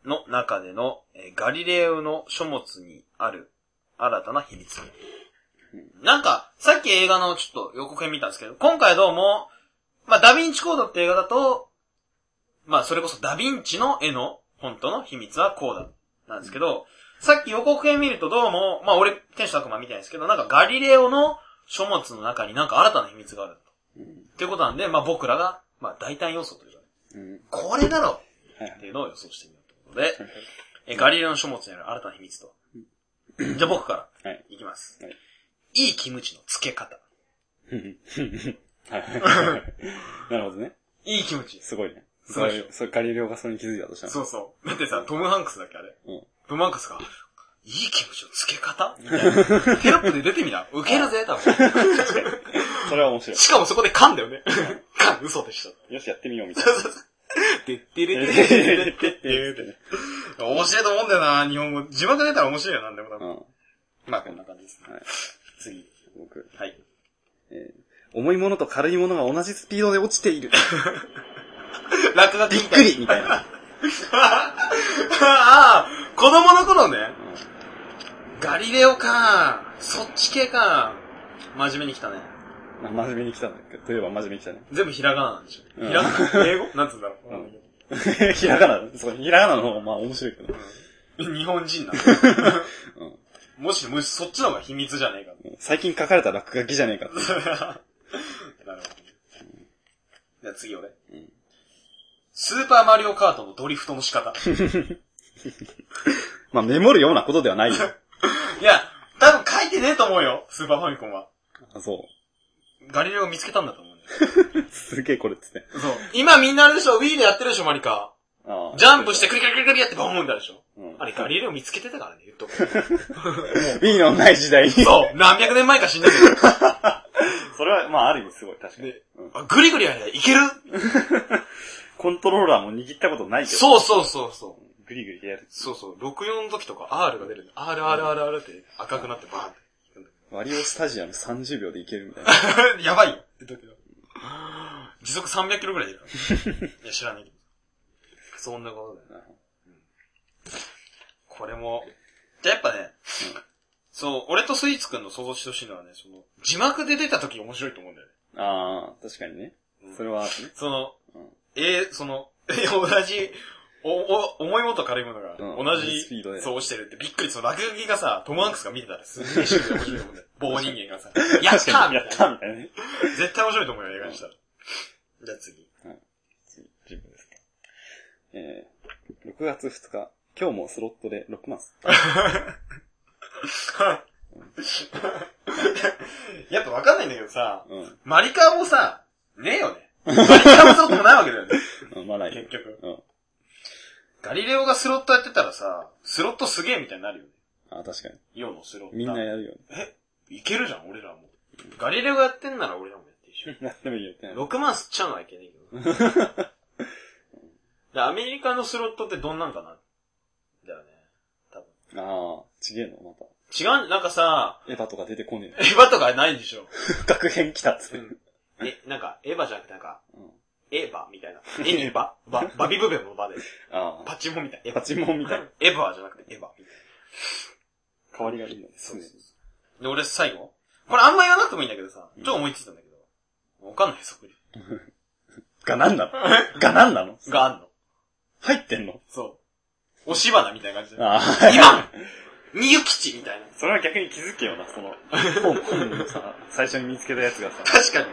Speaker 2: の中での、えーガリレオの書物にある新たな秘密。なんか、さっき映画のちょっと予告編見たんですけど、今回どうも、まあ、ダヴィンチコードって映画だと、まあ、それこそダヴィンチの絵の本当の秘密はこうだ。なんですけど、さっき予告編見るとどうも、まあ、俺、天使と悪魔みたいですけど、なんかガリレオの書物の中になんか新たな秘密がある。
Speaker 1: うん。
Speaker 2: っていうことなんで、まあ、僕らが、まあ、大胆予想というか、
Speaker 1: うん。
Speaker 2: これだろ
Speaker 1: はい [laughs] は
Speaker 2: っ
Speaker 1: い
Speaker 2: ていうのを予想してみようということで、えガリレオの書物にある新たな秘密と。じゃあ僕か
Speaker 1: はい。
Speaker 2: らいきます。
Speaker 1: はい
Speaker 2: いいキムチの漬け方。
Speaker 1: [laughs] なるほどね。
Speaker 2: いいキムチ。
Speaker 1: すごいね。
Speaker 2: すごいでしょ
Speaker 1: それそれガリレオがそれに気づいたとしたら。
Speaker 2: そうそう。だってさ、トム・ハンクスだっけあれ。
Speaker 1: うん
Speaker 2: トム・ハンクスが、いいキムチの漬け [laughs] 方みたいな。テロップで出てみな。ウケるぜ、多分。
Speaker 1: それは面白
Speaker 2: しかもそこで噛んだよね。噛ん、嘘でした。
Speaker 1: い。よし、やってみようみたいな。 [laughs]
Speaker 2: てってれてれてってってってって。
Speaker 1: う
Speaker 2: 面白いと思うんだよな、日本語。字幕出たら面白いよ、なんでも多分。
Speaker 1: ん。は
Speaker 2: まあ、こんな感じですね。
Speaker 1: い。
Speaker 2: 次。
Speaker 1: 僕、
Speaker 2: はい。
Speaker 1: 重いものと軽いものが同じスピードで落ちて
Speaker 2: [laughs]
Speaker 1: いる。
Speaker 2: 落書き
Speaker 1: び
Speaker 2: み
Speaker 1: ったく
Speaker 2: いな。
Speaker 1: りみたいな。
Speaker 2: ああ、子供の頃ね。
Speaker 1: うん
Speaker 2: ガリレオかそっち系か真面目に来たね。
Speaker 1: まあ真面目に来たんだけど、といえば真面目に来たね。
Speaker 2: 全部ひらがななんでしょ。
Speaker 1: うん
Speaker 2: ひらがな英語なんつうんだろう。
Speaker 1: [laughs] ひらがな、そう、ひらがなの方がまあ面白いけど。
Speaker 2: うん日本人な
Speaker 1: [laughs] う
Speaker 2: の。もし、もしそっちの方が秘密じゃねえかと。
Speaker 1: 最近書かれた落書きじゃねえかって。
Speaker 2: [laughs] なるほど。じゃあ次俺。
Speaker 1: ん
Speaker 2: スーパーマリオカートのドリフトの仕方。
Speaker 1: まあメモるようなことでは
Speaker 2: [laughs]
Speaker 1: ないよ。
Speaker 2: いや、多分書いてねえと思うよ、スーパーファミコンは。
Speaker 1: あそ
Speaker 2: ガリレオが見つけたんだと思うんだよ。
Speaker 1: う。すげえこれっつって。
Speaker 2: そう。今みんなあれでしょ ?Wii でやってるでしょマリカ。
Speaker 1: ああ
Speaker 2: ジャンプして、クリクリクリクリやってボーンだでしょ
Speaker 1: うん
Speaker 2: あれガリレオ見つけてたからね、言っ
Speaker 1: [laughs]
Speaker 2: とく。
Speaker 1: B のない時代に。そ
Speaker 2: そう何百年前か知んないけ
Speaker 1: れは、まあある意味すごい、確か
Speaker 2: ど。
Speaker 1: に。
Speaker 2: で
Speaker 1: うん、
Speaker 2: あグリグリやればいける
Speaker 1: コントローラーも握ったことないけど。
Speaker 2: そうそうそうそう。
Speaker 1: グリグリやる。
Speaker 2: そうそう。64の時とか R が出るんだ RRRR って赤くなってバーンって。
Speaker 1: ワリオスタジアム30秒でいけるみた
Speaker 2: [laughs]
Speaker 1: い
Speaker 2: やばいよって時は。時速300キロぐ
Speaker 1: [laughs]
Speaker 2: らい出るから。いや、知らないけど。そんなことだよ。
Speaker 1: な。
Speaker 2: これも。じゃあやっぱね、そう、俺とスイーツくんの想像してほしいのはね、その、字幕で出た時面白いと思うんだよね。
Speaker 1: ああ、確かにね。それはあるね。
Speaker 2: その
Speaker 1: うん、
Speaker 2: えー、その、 [laughs] え同じ、お、お、重いものと軽いものが、
Speaker 1: うん
Speaker 2: 同
Speaker 1: ス
Speaker 2: じ
Speaker 1: ピードで、
Speaker 2: そうしてるって、びっくり、その落書きがさ、トムハンクスが見てたらすげえシュールで面白いと思う
Speaker 1: [laughs]
Speaker 2: んだよ。棒人間がさ、やったーみた
Speaker 1: や
Speaker 2: い
Speaker 1: っ
Speaker 2: な。
Speaker 1: たみたいなね。
Speaker 2: 絶対面白いと思うよ、映画にしたら。じゃあ次。 [laughs]
Speaker 1: 自分ですか。えー、6月2日、今日もスロットで6マス。
Speaker 2: やっぱわかんないんだけどさ、
Speaker 1: うん
Speaker 2: マリカーもさ、ねえよね。マリカーもそうともないわけだよね。
Speaker 1: うん。まあない
Speaker 2: 結局。
Speaker 1: うん。
Speaker 2: ガリレオがスロットやってたらさ、スロットすげえみたいになるよね。
Speaker 1: あー確かに。
Speaker 2: イオンのスロット。
Speaker 1: みんなやるよね。
Speaker 2: いけるじゃん、俺らも。ガリレオがやってんなら俺らもやっていいし
Speaker 1: やってもいいよってない。
Speaker 2: 6万吸っちゃうのはいけないけど。
Speaker 1: [laughs]
Speaker 2: で、アメリカのスロットってどんなんかなだよね。多分。
Speaker 1: ああ、ちげえの、また。
Speaker 2: 違うん、なんかさ、
Speaker 1: エヴァとか出てこねえ
Speaker 2: エヴァとかないでしょ。
Speaker 1: の。学編来たっつって。
Speaker 2: え、なんか、エヴァじゃなくてなんか、
Speaker 1: うん
Speaker 2: エヴァみた [laughs] いな。エにババ、バビブベのバで。
Speaker 1: ああ、
Speaker 2: パチモンみたい。エヴ
Speaker 1: パ
Speaker 2: ァ。
Speaker 1: チモンみたいな。
Speaker 2: エヴァじゃなくてエヴァみたいな。
Speaker 1: 代わりがいいんだね。
Speaker 2: そうそうそうで、俺最後これあんま言わなくてもいいんだけどさ、ちょっと思いついたんだけど。わかんない、そこに。
Speaker 1: がなんなのがなんなの
Speaker 2: があんの。
Speaker 1: 入ってんの
Speaker 2: そう。押し花みたいな感じで。
Speaker 1: あ
Speaker 2: [laughs] 今みゆきちみたいな。
Speaker 1: それは逆に気づけよな、その、本、本のさ、最初に見つけたやつがさ、
Speaker 2: 確かに。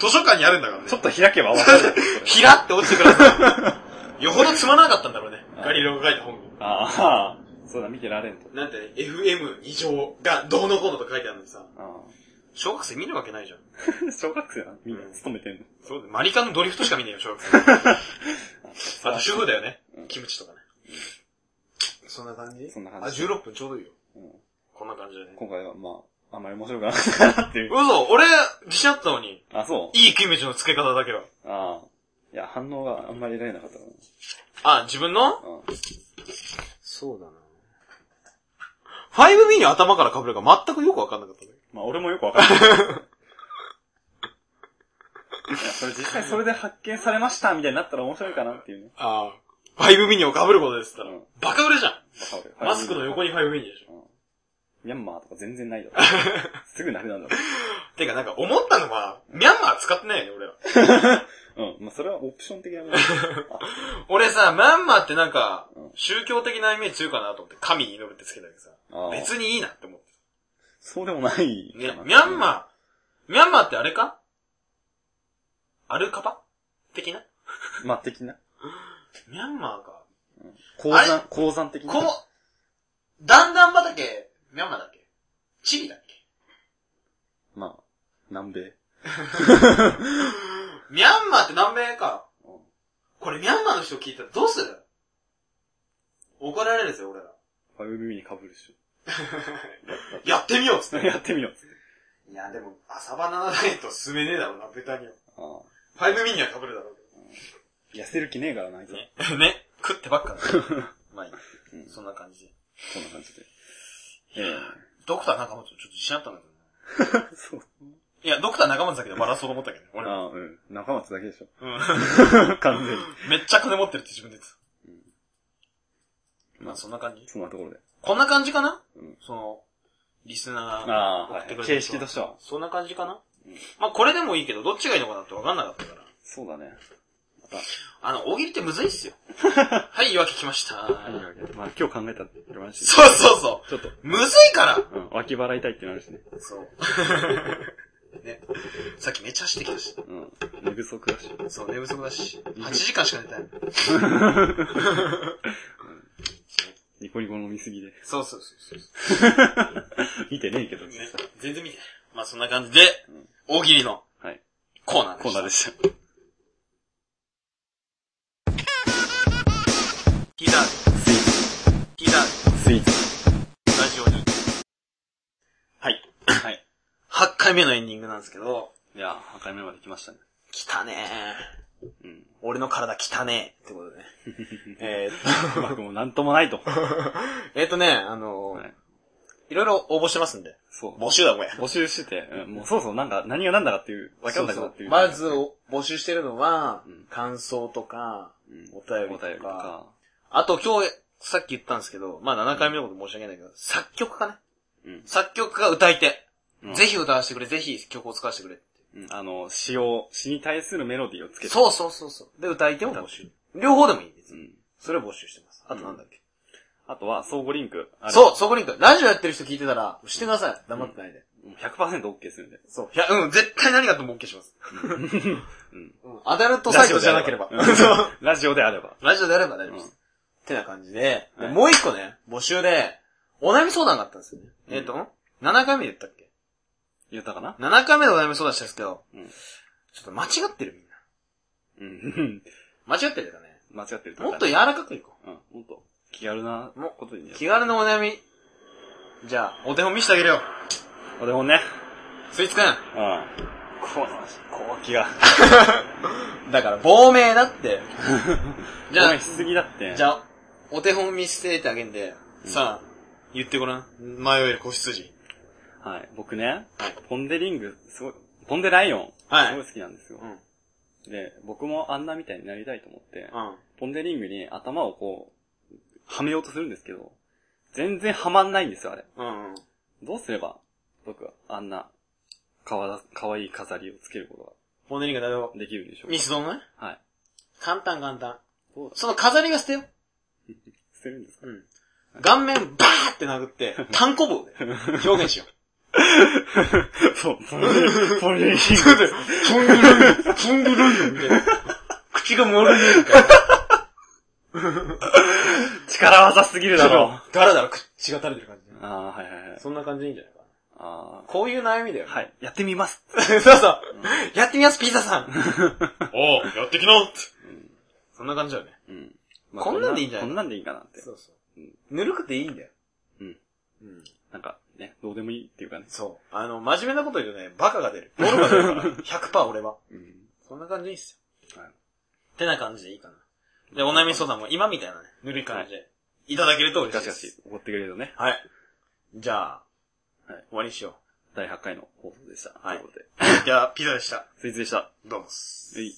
Speaker 2: 図書館にあるんだからね。
Speaker 1: ちょっと開けばわかるよ。
Speaker 2: ひらって落ちてくださ [laughs] い。よほどつまらなかったんだろうね。ガリレオが書いた本を。
Speaker 1: ああ、そうだ、見てられんと。
Speaker 2: なんてね、FM2 乗がどうのこうのと書いてあるのにさ、
Speaker 1: あ
Speaker 2: 小学生見るわけないじゃん。
Speaker 1: あ。小学生なのみんな勤めてんの。
Speaker 2: そうだよマリカのドリフトしか見ないよ、小学生。 [laughs] あと主婦だよね
Speaker 1: う。ん
Speaker 2: キムチとかね。そんな感じ
Speaker 1: そんな感じ
Speaker 2: あ、16分ちょうどいいよ。
Speaker 1: うん
Speaker 2: こんな感じだね。
Speaker 1: 今回は、まあ、あんまり面白くなかったかなっていう。
Speaker 2: 嘘俺、自信あったのに、
Speaker 1: あ、そ
Speaker 2: いいキムチの付け方だけは。
Speaker 1: うああ。いや、反応があんまり得られなかったか
Speaker 2: あ、自分の
Speaker 1: な。うん。
Speaker 2: そうだな。5B に頭から被るか全くよくわかんなかったね。
Speaker 1: まあ、俺もよくわか
Speaker 2: [laughs]
Speaker 1: んない。いや、それ実際それで発見されましたみたいになったら面白いかなっていうね。
Speaker 2: ああ。5B にを被ることですったら
Speaker 1: うん、
Speaker 2: バカ売れじゃん。
Speaker 1: わかる。
Speaker 2: マスクの横に 5B でしょ。
Speaker 1: ミャンマーとか全然ない
Speaker 2: [laughs]
Speaker 1: だろう。すぐなくなるだ
Speaker 2: てかなんか思ったのは、ミャンマー使ってないよね、俺は。
Speaker 1: ろう。うん。まあ、それはオプション的
Speaker 2: [laughs]
Speaker 1: なもの。
Speaker 2: 俺さ、ミャンマーってなんか
Speaker 1: うん、
Speaker 2: 宗教的なイメージ強いかなと思って、神に祈るってつけたけどさ、
Speaker 1: ああ
Speaker 2: 別にいいなって思って。
Speaker 1: そうでもないか
Speaker 2: ね
Speaker 1: な。、
Speaker 2: ミャンマー、ミャンマーってあれかアルカバ的な
Speaker 1: ー。まあ、的な。
Speaker 2: ミャンマーか。
Speaker 1: 鉱
Speaker 2: あ
Speaker 1: 山、鉱山的な。
Speaker 2: こう、だんだん畑、ミャンマーだっけチリだっけ
Speaker 1: まあ、南米。
Speaker 2: ミャンマーって南米か
Speaker 1: うん。
Speaker 2: これミャンマーの人聞いたらどうする怒られるぜ、俺ら。
Speaker 1: あ、海に被るでし
Speaker 2: やってみようっつっ
Speaker 1: ょ。
Speaker 2: て。
Speaker 1: やってみよう。
Speaker 2: いや、でも、朝バナナダイエット進めねえだろうな、豚には。
Speaker 1: あ
Speaker 2: ファイブミニは被るだろう
Speaker 1: あ。痩せる気ねえからな、あいつ。
Speaker 2: けど。 [laughs] ね。食ってばっかだねまあいい。
Speaker 1: うん
Speaker 2: そんな感じで。
Speaker 1: そんな感じで。ええ
Speaker 2: ドクター中松ちょっと自信あったんだけどね。
Speaker 1: [laughs] そう。
Speaker 2: いや、ドクター中松だけどバラそうと思ったけどね、俺は。
Speaker 1: ああ、うん。中松だけでしょ。
Speaker 2: うん。
Speaker 1: [laughs] 完全に。
Speaker 2: めっちゃ金持ってるって自分で言ってた。
Speaker 1: うん
Speaker 2: まあそんな感じ。
Speaker 1: そんなところで。
Speaker 2: こんな感じかな、
Speaker 1: うん
Speaker 2: その、リスナー
Speaker 1: ああ、
Speaker 2: 送
Speaker 1: は
Speaker 2: って
Speaker 1: い
Speaker 2: くれ。た人
Speaker 1: 形式としては。
Speaker 2: そんな感じかな、
Speaker 1: うん
Speaker 2: まあこれでもいいけど、どっちがいいのかなってわかんなかったから。
Speaker 1: そうだね。
Speaker 2: あの、大喜利ってむずいっ
Speaker 1: [laughs]
Speaker 2: すよ。はい、言い訳来ました。
Speaker 1: まあ今日考えたって言われました
Speaker 2: そうそうそ
Speaker 1: けど。ちょっ
Speaker 2: う。むずいから
Speaker 1: と、うん、脇腹痛いってなるしね。 [laughs]
Speaker 2: そう。ね。さっきめっちゃ走ってきたし。
Speaker 1: うん。寝不足だし。
Speaker 2: そう、寝不足だし。8時間しか寝てない。
Speaker 1: ニコニコの見す [laughs] ぎで。
Speaker 2: そうそうそうそ
Speaker 1: 見てねえけど、
Speaker 2: う、
Speaker 1: 実際。
Speaker 2: 全然見てない。まあそんな感じで、大喜利の
Speaker 1: はい。
Speaker 2: コーナーでした。
Speaker 1: コーナーでした。
Speaker 2: ヒーダー
Speaker 1: スイー
Speaker 2: ヒーダー
Speaker 1: ツ。スイーツ。
Speaker 2: ラジオに。はい。
Speaker 1: はい。
Speaker 2: 8回目のエンディングなんですけど、
Speaker 1: いやー、破壊目まで来ましたね。
Speaker 2: 来たね
Speaker 1: うん。
Speaker 2: ー。俺の体来たねー。ってこと [laughs] でね。え
Speaker 1: うまくもなんともないと。は
Speaker 2: ーっと、 [laughs] えーっとね、あのー
Speaker 1: い。
Speaker 2: いろいろ応募してますんで。
Speaker 1: そう。
Speaker 2: 募集だ、これ。
Speaker 1: 募集してて、うんもうそうそう、なんか、何が何だかっていう、わかんなくなっていう。
Speaker 2: まず、募集してるのは
Speaker 1: うん、
Speaker 2: 感想とか、
Speaker 1: うん、
Speaker 2: お
Speaker 1: お
Speaker 2: 便
Speaker 1: 便
Speaker 2: り
Speaker 1: り
Speaker 2: とか
Speaker 1: とか。
Speaker 2: あと今日、さっき言ったんですけど、まあ7回目のこと申し訳ないけど、作曲家ね。
Speaker 1: うん
Speaker 2: 作曲家歌い手。
Speaker 1: うん
Speaker 2: ぜひ歌わせてくれ、ぜひ曲を使わせてくれ。
Speaker 1: うんあの、詩を、詩に対するメロディーをつけて。
Speaker 2: そうそうそうそう。で、歌い手を募集。両方でもいいです。
Speaker 1: うん。
Speaker 2: それを募集してます。あとなんだっけ。
Speaker 1: あとは、相互リンク。あれ
Speaker 2: そう、そこに行く。ラジオやってる人聞いてたら、してください。黙ってないで。
Speaker 1: !100%OK するんで。
Speaker 2: そう。いや、うん、絶対何があっても OK します。 [laughs]
Speaker 1: うん。
Speaker 2: うん。アダルトサイトじゃなければ。
Speaker 1: ラジオであれば
Speaker 2: [laughs]
Speaker 1: うんラジ
Speaker 2: ラジオ
Speaker 1: オであれば。
Speaker 2: であれば大丈夫です。
Speaker 1: うん
Speaker 2: ってな感じで、で
Speaker 1: はい
Speaker 2: もう一個ね、募集で、お悩み相談があったんですよね。
Speaker 1: うん
Speaker 2: えっ、と、7回目で言ったっけ
Speaker 1: 言ったかな
Speaker 2: ?7 回目でお悩み相談したんですけど、
Speaker 1: うん
Speaker 2: ちょっと間違ってるみんな。
Speaker 1: うん。 [laughs]
Speaker 2: 間違ってるかね。
Speaker 1: 間違ってると
Speaker 2: もっと柔らかくいこ
Speaker 1: うん。もっと、気軽なことに
Speaker 2: う。
Speaker 1: ね。
Speaker 2: 気軽なお悩み。じゃあ、お手本見せてあげるよ。
Speaker 1: 俺もね。
Speaker 2: スイーツくん。
Speaker 1: うん。この、こう気が。
Speaker 2: だから、亡命だって。じ
Speaker 1: ご
Speaker 2: ゃ
Speaker 1: めんしすぎだって。
Speaker 2: あ、じゃあ、お手本見せてあげんで、さあ、言ってごらん。迷える子羊。
Speaker 1: はい。僕ね、
Speaker 2: はい
Speaker 1: ポンデリング、すごい、ポンデライオン、
Speaker 2: はい
Speaker 1: すごい好きなんですよ
Speaker 2: う。ん。うん。
Speaker 1: で、僕もあんなみたいになりたいと思って、ポンデリングに頭をこう、はめようとするんですけど、全然はまんないんですよ、あれ。
Speaker 2: うんうん。
Speaker 1: どうすれば、僕はあんな、かわ、かわいい飾りをつけるこ
Speaker 2: モネリングだよ
Speaker 1: と。ができるんでしょう
Speaker 2: ミスドのね。
Speaker 1: かはい。
Speaker 2: 簡単簡単。
Speaker 1: どう
Speaker 2: その飾りが捨てよ
Speaker 1: 捨てるんです
Speaker 2: [laughs]
Speaker 1: か
Speaker 2: う。うん。顔面バーって殴って、単行棒で表現しよう。
Speaker 1: そう、ポンデポンデリング。
Speaker 2: そうだよ。フンドゥルンド、フンドゥルンドみたいな。口が漏れるから。
Speaker 1: 力技すぎるだろ。
Speaker 2: ダラダラ口が垂れてる感じね。
Speaker 1: ああ、はいはいはい。
Speaker 2: そんな感じでいいんじゃないかな。
Speaker 1: あ
Speaker 2: こういう悩みだよ
Speaker 1: あ、
Speaker 2: ね。
Speaker 1: はい。やってみます。
Speaker 2: [laughs] そうそう。やってみます、ピザさん。おう、やってきなって。そんな感じだよね。
Speaker 1: うん。
Speaker 2: こんなんでいいんじゃない
Speaker 1: こんなんでいいかなって。
Speaker 2: そうそう。ぬるくていいんだよ。
Speaker 1: うん。
Speaker 2: うん。
Speaker 1: なんか、ね、どうでもいいっていうかね。
Speaker 2: そう。あの、真面目なこと言うとね、バカが出る。ボロが出るから。100%俺は。
Speaker 1: うん。
Speaker 2: そんな感じでいいっすよ。
Speaker 1: はい
Speaker 2: ってな感じでいいかな。で、お悩み相談も今みたいなね、ぬるい感じで、いただけると嬉し
Speaker 1: ガ
Speaker 2: い
Speaker 1: チ
Speaker 2: で
Speaker 1: ガ
Speaker 2: す
Speaker 1: チ。怒ってくれるとね。
Speaker 2: はい。じゃあ、
Speaker 1: はい
Speaker 2: 終わりにしよ
Speaker 1: 第8回の放送でした。
Speaker 2: はい
Speaker 1: ということで。
Speaker 2: う。では、ピザでした。
Speaker 1: スイーツでした。は
Speaker 2: どうもっす。
Speaker 1: い。